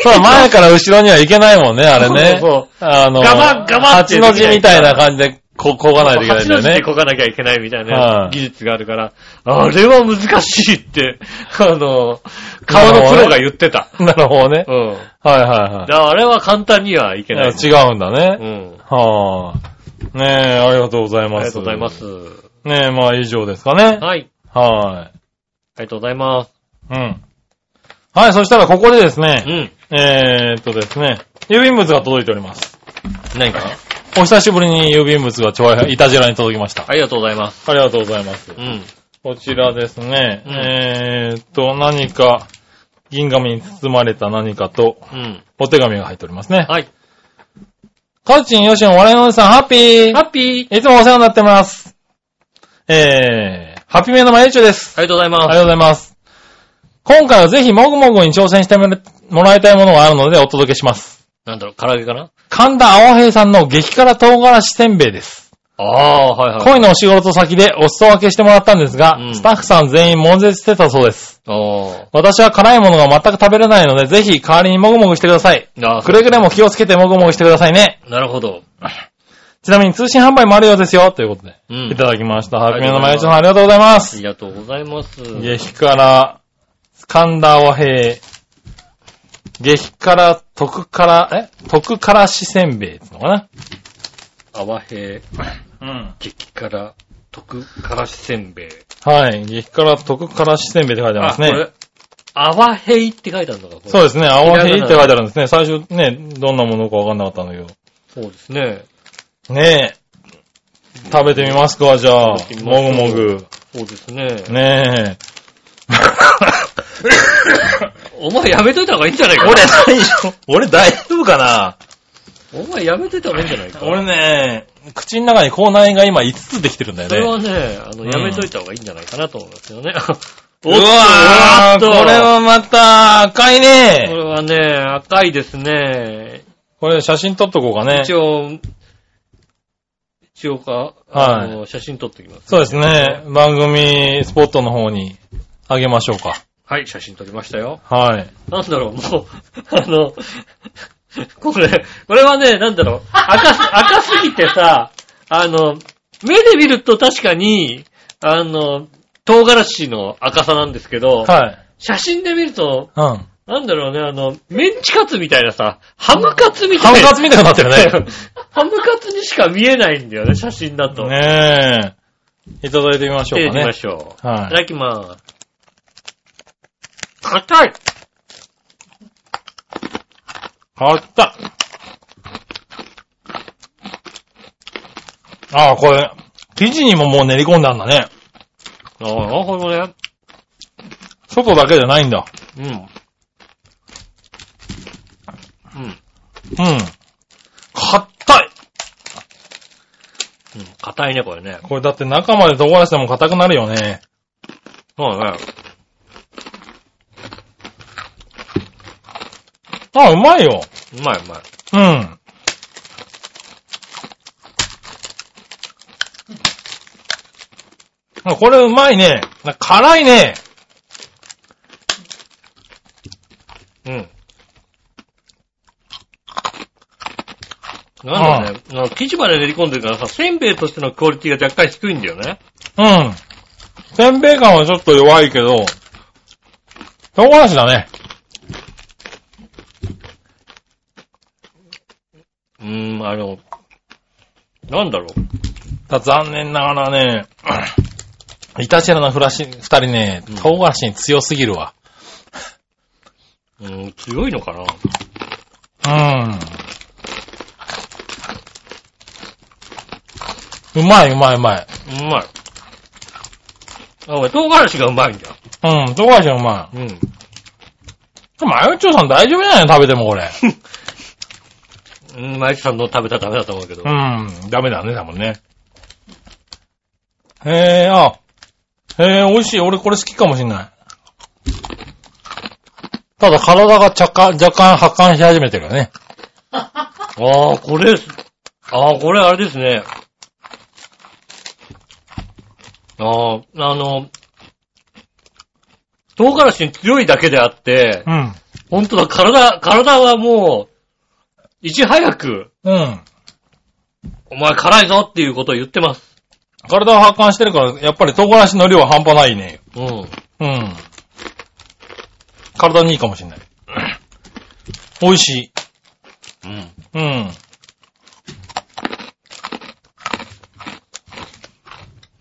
S3: そう、前
S2: ら
S3: から後ろにはいけないもんね、あれ
S2: そ
S3: ね。
S2: うそう
S3: あの、
S2: ガバンガバンって
S3: 八の字みたいな感じで、こう、こがないといけないん
S2: 8
S3: だ
S2: の
S3: よ
S2: 字で
S3: ね。
S2: こがなきゃいけないみたいな
S3: はい
S2: 技術があるから、あれは難しいって、 [laughs] あの、顔のプロが言ってた。
S3: なるほどね
S2: う。ん。
S3: はいはい
S2: だからあれは簡単にはいけ
S3: は
S2: ないい。
S3: いや。違うんだ
S2: う
S3: ね。
S2: ん。
S3: はあ。ねえ、ありがとうござい
S2: あ
S3: ま
S2: り
S3: す。
S2: がとうございます。。
S3: ねえ、まあ以上ですかね。
S2: はい。
S3: は
S2: ありがとうございます。
S3: い。うん。はい、そしたらここでです
S2: う
S3: ね、
S2: ん。
S3: えーっとですね、郵便物が届いております。
S2: 何か
S3: お久しぶりに郵便物がちょい、いたじらに届きました。
S2: ありがとうございます。
S3: ありがとうございます。
S2: うん。
S3: こちらですね。
S2: うん
S3: えーっと、何か、銀紙に包まれた何かと、
S2: うん。
S3: お手紙が入っておりますね。
S2: はい。
S3: カッチン、ヨシン、笑いのおじさん、ハッピー
S2: ハッピー
S3: いつもお世話になってます。えー、ハッピーメイドマユチュです。
S2: ありがとうござい
S3: あり
S2: ま
S3: がとうございます。今回はぜひ、もぐもぐに挑戦してもらもらいたいものがあるのでお届けします。
S2: す。なんだろう、唐揚げかな
S3: 神田青平さんの激辛唐辛子せんべいです。
S2: ああ、はいはい。
S3: 恋のお仕事先でお裾分けしてもらったんですが、
S2: うん
S3: スタッフさん全員悶絶してたそうです。
S2: あ
S3: 私は辛いものが全く食べれないので、ぜひ代わりにもぐもぐしてください。
S2: あ。ああ
S3: くれぐれも気をつけてもぐもぐしてくださいね。
S2: なるほど。
S3: ちなみに通信販売もあるようですよ、ということで。
S2: うん。
S3: いただきました。は
S2: あり
S3: じめ
S2: がとう
S3: の
S2: ござ
S3: ま
S2: いま
S3: ゆ
S2: す
S3: ちゃんありがとうございま
S2: あ
S3: す。
S2: りがとうございます。
S3: 激辛、神田和平、激辛、特辛、え特辛子せんべいってのかな
S2: あわへ
S3: うん。
S2: 激辛、特辛子せんべい。
S3: はい。激辛、特辛子せんべいって書いてますね。
S2: あ、これ、あわへいって書いてあるのか、これ
S3: そうですね。青ヘイって書いてあ
S2: ひらがな
S3: るんですね。最初ね、どんなものかわかんなかったんだけど。
S2: そうですね。
S3: ねえ。食べてみますか、じゃあ
S2: 食べて。みま
S3: も
S2: しょ
S3: ぐ
S2: う
S3: もぐ。
S2: そうですね。
S3: [laughs] ねえ。
S2: お前やめといた方がいいんじゃないか。
S3: 大丈夫俺大丈夫かな
S2: お前やめといた方がいいんじゃないか。
S3: 俺ね、口の中に口内炎が今5つできてるんだよ
S2: それ
S3: ね。
S2: はね、あの、やめといた方がいいんじゃないかなと思いますよね。
S3: う
S2: おっとおっ
S3: わー
S2: と
S3: これはまた赤い
S2: これ
S3: ね。
S2: はね、赤いですね。
S3: これ写真撮っとこうかね
S2: 一。応、一応か、あの、写真撮ってきます。
S3: そうですね。番組スポットの方にあげましょうか。
S2: はい、写真撮りましたよ。
S3: はい。
S2: なんだろう、もう、 [laughs] あの、これ、これはね、なんだろう、赤
S3: [laughs]
S2: す、赤すぎてさ、あの、目で見ると確かに、あの、唐辛子の赤さなんですけど、
S3: はい。
S2: 写真で見ると、
S3: うん。ハ
S2: なんだろうね、あの、メンチカツみたいなさ、ハムカツみたいな。
S3: ムカツみたいになって [laughs] るね。
S2: [laughs] ハムカツにしか見えないんだよね、写真だと。
S3: ねえ。いただいてみましょ
S2: 手
S3: う
S2: 入
S3: か
S2: れ
S3: ね
S2: ま。しょう。
S3: はい
S2: いただきます。硬い
S3: 変わった。ああ、これ、生地にももう練り込んだんだね。
S2: ああ、なるほどね。
S3: 外だけじゃないんだ。
S2: うん。
S3: うん。硬い
S2: うん、硬いね、これね。
S3: これだって中まで尖らせても硬くなるよね。
S2: そうだね。
S3: あ、うまいよ。
S2: うまいうまい。
S3: うん。あこれうまいね。な辛いね。
S2: うん。なんだろうね、なんか生地まで練り込んでるからさ、せんべいとしてのクオリティが若干低いんだよね。
S3: うん。せんべい感はちょっと弱いけど、唐辛子だね。
S2: うーん、あの、なんだろ
S3: ただ残念ながらね、 [clears throat] イタチラのフラシ、二人ね
S2: うん、
S3: 唐辛子に強すぎるわ。
S2: う。うん、強いのかな
S3: うん。うまいうまいうまい。
S2: うまい。あ、俺、唐辛子がうまいんだよ。
S3: うん、唐辛子はうまい。
S2: うん。
S3: マヨチョさん大丈夫じゃないの食べてもこれ。
S2: うん、マイチさんの食べたらダメだと思うけど。
S3: うん、ダメだね、多分ね。へえ、あ、へえ、美味しい。俺これ好きかもしんない。ただ体が若干、若干発汗し始めてるよね。
S2: ああ、これ、ああ、これあれですね。ああ、あの、唐辛子に強いだけであって、
S3: うん。
S2: 本当だ、体、体はもう、いち早く、
S3: うん。
S2: お前辛いぞっていうことを言ってます。
S3: 体は発汗してるから、やっぱり唐辛子の量は半端ないね。
S2: うん。
S3: うん。体にいいかもしんない。美味しい。
S2: うん。
S3: うん。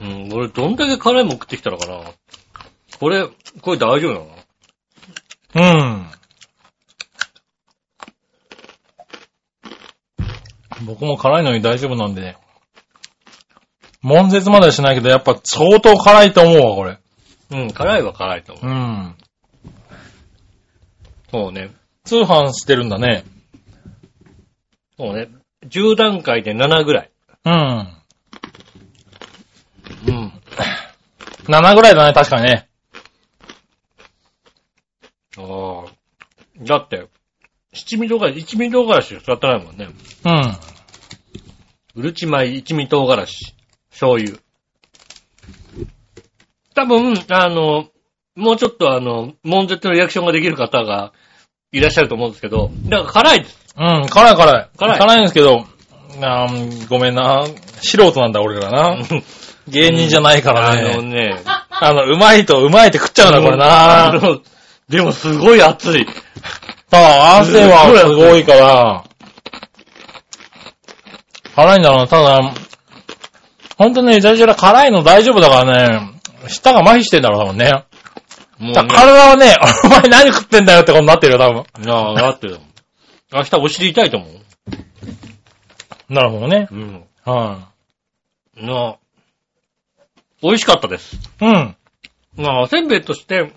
S2: うん、俺どんだけ辛いもん食ってきたのかな。これ、これ大丈夫なの
S3: うん。僕も辛いのに大丈夫なんでね。悶絶まではしないけど、やっぱ相当辛いと思うわ、これ。
S2: うん、辛いは辛いと思う。
S3: うん。
S2: そうね。
S3: 通販してるんだね。
S2: そうね。10段階で7ぐらい。
S3: うん。
S2: うん。
S3: 7ぐらいだね、確かにね。
S2: ああ。だって、七味唐辛子、一味唐辛子使ってないもんね。
S3: うん。
S2: うるち米、一味唐辛子、醤油。多分、あの、もうちょっとあの、悶絶のリアクションができる方がいらっしゃると思うんですけど、だから辛いです。
S3: うん、辛い辛い。
S2: 辛い
S3: 辛いんですけど、あーごめんな。素人なんだ、俺らな。芸人じゃないから
S2: あの
S3: ね。
S2: ね、
S3: あの、うまいとうまいって食っちゃうな、これな。
S2: あのでもすごい熱い。
S3: ああ、汗はすごいから、辛いんだろうな。ただ、ほんとね、イタジェラ辛いの大丈夫だからね、舌が麻痺してんだろう、多分ね。
S2: もう、ね、
S3: だから体はね、 [laughs] お前何食ってんだよってことになってるよ、多分。
S2: なあ、だって、明日お尻痛いと思う。
S3: なるほどね。
S2: うん。
S3: は
S2: なあ、美味しかったです。
S3: い。うん。
S2: まあ、せんべいとして、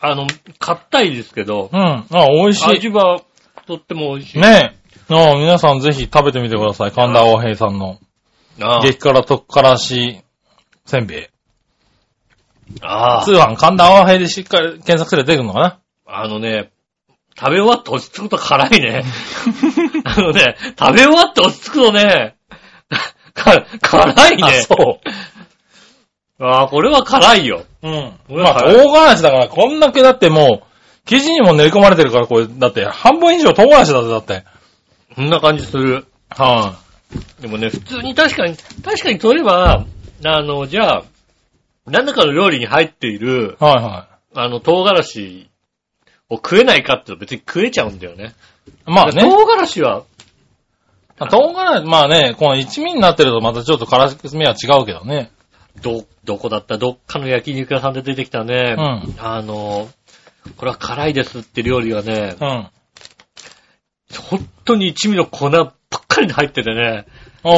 S2: あの、硬いですけど、
S3: うん。あ、美味し
S2: 味はとっても美味し
S3: い。
S2: い。。
S3: ねえ。あ皆さんぜひ食べてみてください。神田和平さんの
S2: あ
S3: 激辛特辛しせんべい。
S2: ああ
S3: 通販神田和平でしっかり検索すれば出てくるのかな
S2: あ、あのね、食べ終わって落ち着くと辛い
S3: [laughs]
S2: ね。あのね、食べ終わって落ち着くとね、か辛いね。
S3: あそう。
S2: ああ、これは辛いよ。
S3: うん。
S2: 俺
S3: ま
S2: は
S3: あ、
S2: 辛い
S3: 唐辛子だから、こんだけだってもう、生地にも練り込まれてるから、これ、だって、半分以上唐辛子だぜ、だって。
S2: そんな感じする。
S3: は
S2: でもね、普通に確かに、確かにといえば、あの、じゃあ、何らかの料理に入っている、
S3: い。はいは
S2: あの、唐辛子を食えないかって言うと別に食えちゃうんだよね。
S3: い。まあね、
S2: 唐辛子は、
S3: 唐辛子、まあね、この一味になってるとまたちょっと辛みは違うけどね。
S2: ど、どこだったどっかの焼肉屋さんで出てきたね
S3: う、ん。
S2: あの、これは辛いですって料理がね、
S3: うん。
S2: 本当に一味の粉ばっかりに入っててね、
S3: お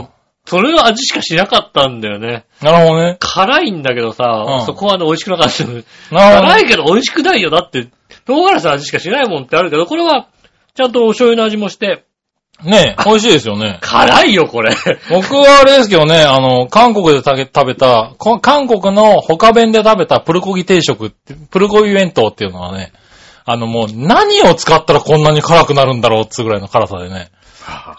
S3: ー
S2: も。う、それの味しかしなかったんだよね。
S3: なるほどね。
S2: 辛いんだけどさ、
S3: うん
S2: そこはね、美味しくなかった。
S3: なるほど
S2: 辛
S3: ね。
S2: いけど美味しくないよ。だって、唐辛子の味しかしないもんってあるけど、これはちゃんとお醤油の味もして、
S3: ねえ、美味しいですよね。 [laughs]
S2: 辛いよ、これ。
S3: 僕はあれですけどね、あの、韓国でたけ食べた、こ韓国の他弁で食べたプルコギ定食って、プルコギ弁当っていうのはね、あのもう何を使ったらこんなに辛くなるんだろうっつうぐらいの辛さでね、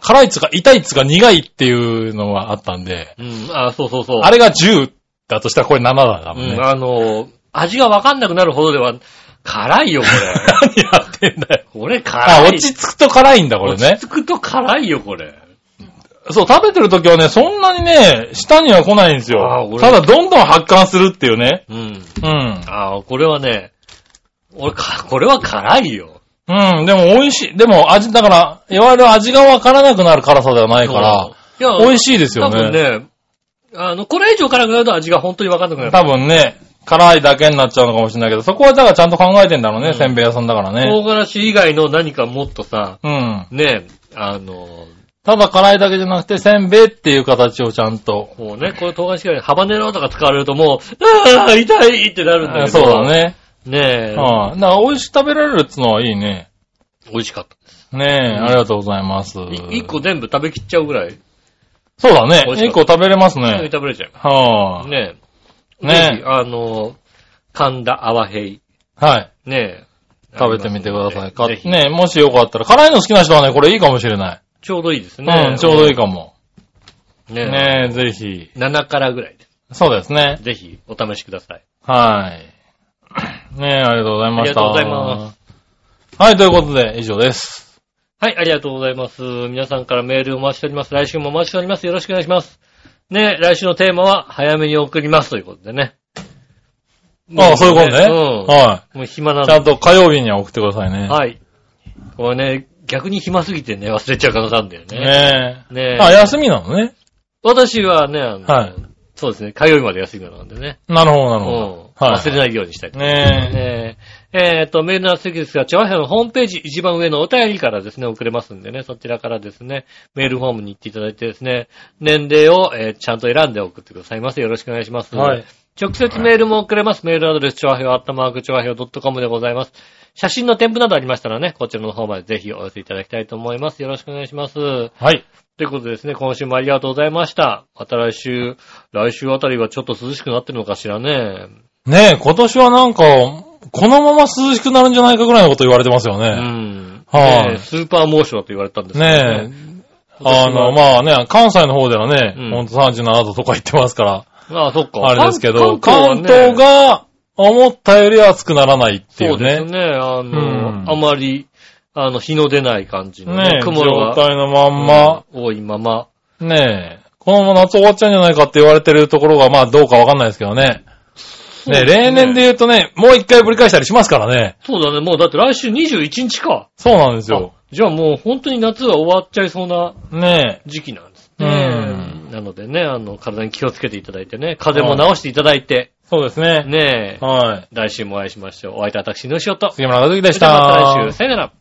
S3: 辛いっつうか痛いっつうか苦いっていうのはあったんで、
S2: うん、あ、そうそうそう。
S3: あれが10だとしたらこれ7だから
S2: うん、
S3: ね。
S2: あの、味がわかんなくなるほどでは、辛いよ、これ。
S3: [laughs] 何やってんだよ。
S2: これ
S3: あ、
S2: 辛い。
S3: 落ち着くと辛いんだ、これね
S2: 落。ち着くと辛いよ、これ。
S3: そう、食べてる時はね、そんなにね、舌には来ないんです
S2: あ
S3: よ。
S2: 俺
S3: ただ、どんどん発汗するっていうね。
S2: うん。
S3: うん。
S2: ああ、これはね、俺か、これは辛いよ。
S3: うん、でも美味しい。でも味、だから、いわゆる味がわからなくなる辛さではないか
S2: うん、
S3: ら、
S2: いや、
S3: 美味しいですよ
S2: 多分
S3: ね。
S2: ね、あの、これ以上辛くなると味が本当にわかんなくなる。
S3: 多分ね、辛いだけになっちゃうのかもしれないけど、そこはだからちゃんと考えてんだろうね、
S2: うん
S3: せんべい屋さんだからね。
S2: 唐辛子以外の何かもっとさ、
S3: うん。
S2: ね、あの、
S3: ただ辛いだけじゃなくて、せんべいっていう形をちゃんと。
S2: こうね、これ唐辛子以外にハバネロとか使われるともう、ああ、痛いってなるんだけど。
S3: そうだ。ね。
S2: ねえ、
S3: うん。だから美味しく食べられるっつのはいいね。
S2: 美味しかった。
S3: ねえ、ありがとうございます。
S2: い一個全部食べきっちゃうぐらい、
S3: そうだね
S2: 美。味し
S3: 一
S2: か
S3: 個食べれますね。
S2: 食べれちゃ
S3: は
S2: う。
S3: い、
S2: ねえ。
S3: ねえ
S2: ぜひあの、神田アワヘイ。
S3: はい。
S2: ねえ。
S3: 食べてみてください。か
S2: ぜひ
S3: ねえ、もしよかったら。辛いの好きな人はね、これいいかもしれない。
S2: ちょうどいいですね。
S3: うん、ちょうどいいかも。
S2: ねえ。
S3: ねえ、ぜひ。
S2: 7からぐらいで
S3: そうですね
S2: す。。ぜひ、お試しください。
S3: はい。 [clears throat] ねえ、ありがとうございまし
S2: ありが
S3: た。。
S2: とうございます
S3: はい、ということで、以上です。
S2: はい、ありがとうございます。皆さんからメールをお待ちしております。来週もお待ちしております。よろしくお願いします。ねえ、来週のテーマは、早めに送りますということでね。
S3: ああ、そういうことね。
S2: う
S3: は。
S2: ん。もう暇ないの
S3: ちゃんと火曜日には送ってくださいね。
S2: はい。これね、逆に暇すぎてね、忘れちゃう可能性あるんだよね。
S3: ね
S2: ね
S3: え。
S2: え。
S3: あ、休みなのね。
S2: 私はね、あの、
S3: はい
S2: そうですね、火曜日まで休みなのでね。
S3: なるほど、な
S2: うん
S3: るほど。はい。
S2: 忘れないようにしたいと
S3: ね
S2: ねえ。えーっと、メールの席ですが、チョアヘアのホームページ一番上のお便りからですね、送れますんでね、そちらからですね、メールフォームに行っていただいてですね、年齢を、えーちゃんと選んで送ってくださいませ。よろしくお願いします。
S3: え。はい。。
S2: 直接メールも送れます。メールアドレス、チョアヘア、アットマーク、チョアヘア .com でございます。写真の添付などありましたらね、こちらの方までぜひお寄せいただきたいと思います。よろしくお願いします。
S3: はい。
S2: ということでですね、今週もありがとうございました。また来週、来週あたりはちょっと涼しくなってるのかしらね。
S3: ねえ、今年はなんか、このまま涼しくなるんじゃないかぐらいのこと言われてますよ
S2: う
S3: ね。
S2: ん。
S3: はい
S2: ねえスーパー猛暑だと言われたんですけど
S3: ねえ。
S2: 今年は
S3: あの、まあね、関西の方ではね、
S2: うん
S3: ほんと37度とか言ってますから。
S2: ああ、そっか。
S3: あれですけど、
S2: 関
S3: 関
S2: 東はね
S3: 東が思ったより暑くならないってい
S2: そう
S3: う
S2: です
S3: ね。
S2: ね。あの、
S3: うん
S2: あまり、あの、日の出ない感じのね
S3: ね、え、状
S2: 雲が、
S3: 態のまんま、
S2: うん多いまま。
S3: ねえ、このまま夏終わっちゃうんじゃないかって言われてるところが、まあどうかわかんないですけどね。ねえ、例年で言うとね、もう一回ぶり返したりしますからね。
S2: そうだね。もうだって来週21日か。
S3: そうなんですよ。
S2: じゃあもう本当に夏が終わっちゃいそうな
S3: ね
S2: 時期なんです
S3: う
S2: ね。なのでね、あの、体に気をつけていただいてね、風邪も治していただいて、
S3: え、そうですね。
S2: ねえ、
S3: はい。
S2: 来週もお会いしましょう。お相手は私、のしおと。
S3: 杉村和樹でし
S2: それでは
S3: た。
S2: また来週、さよなら。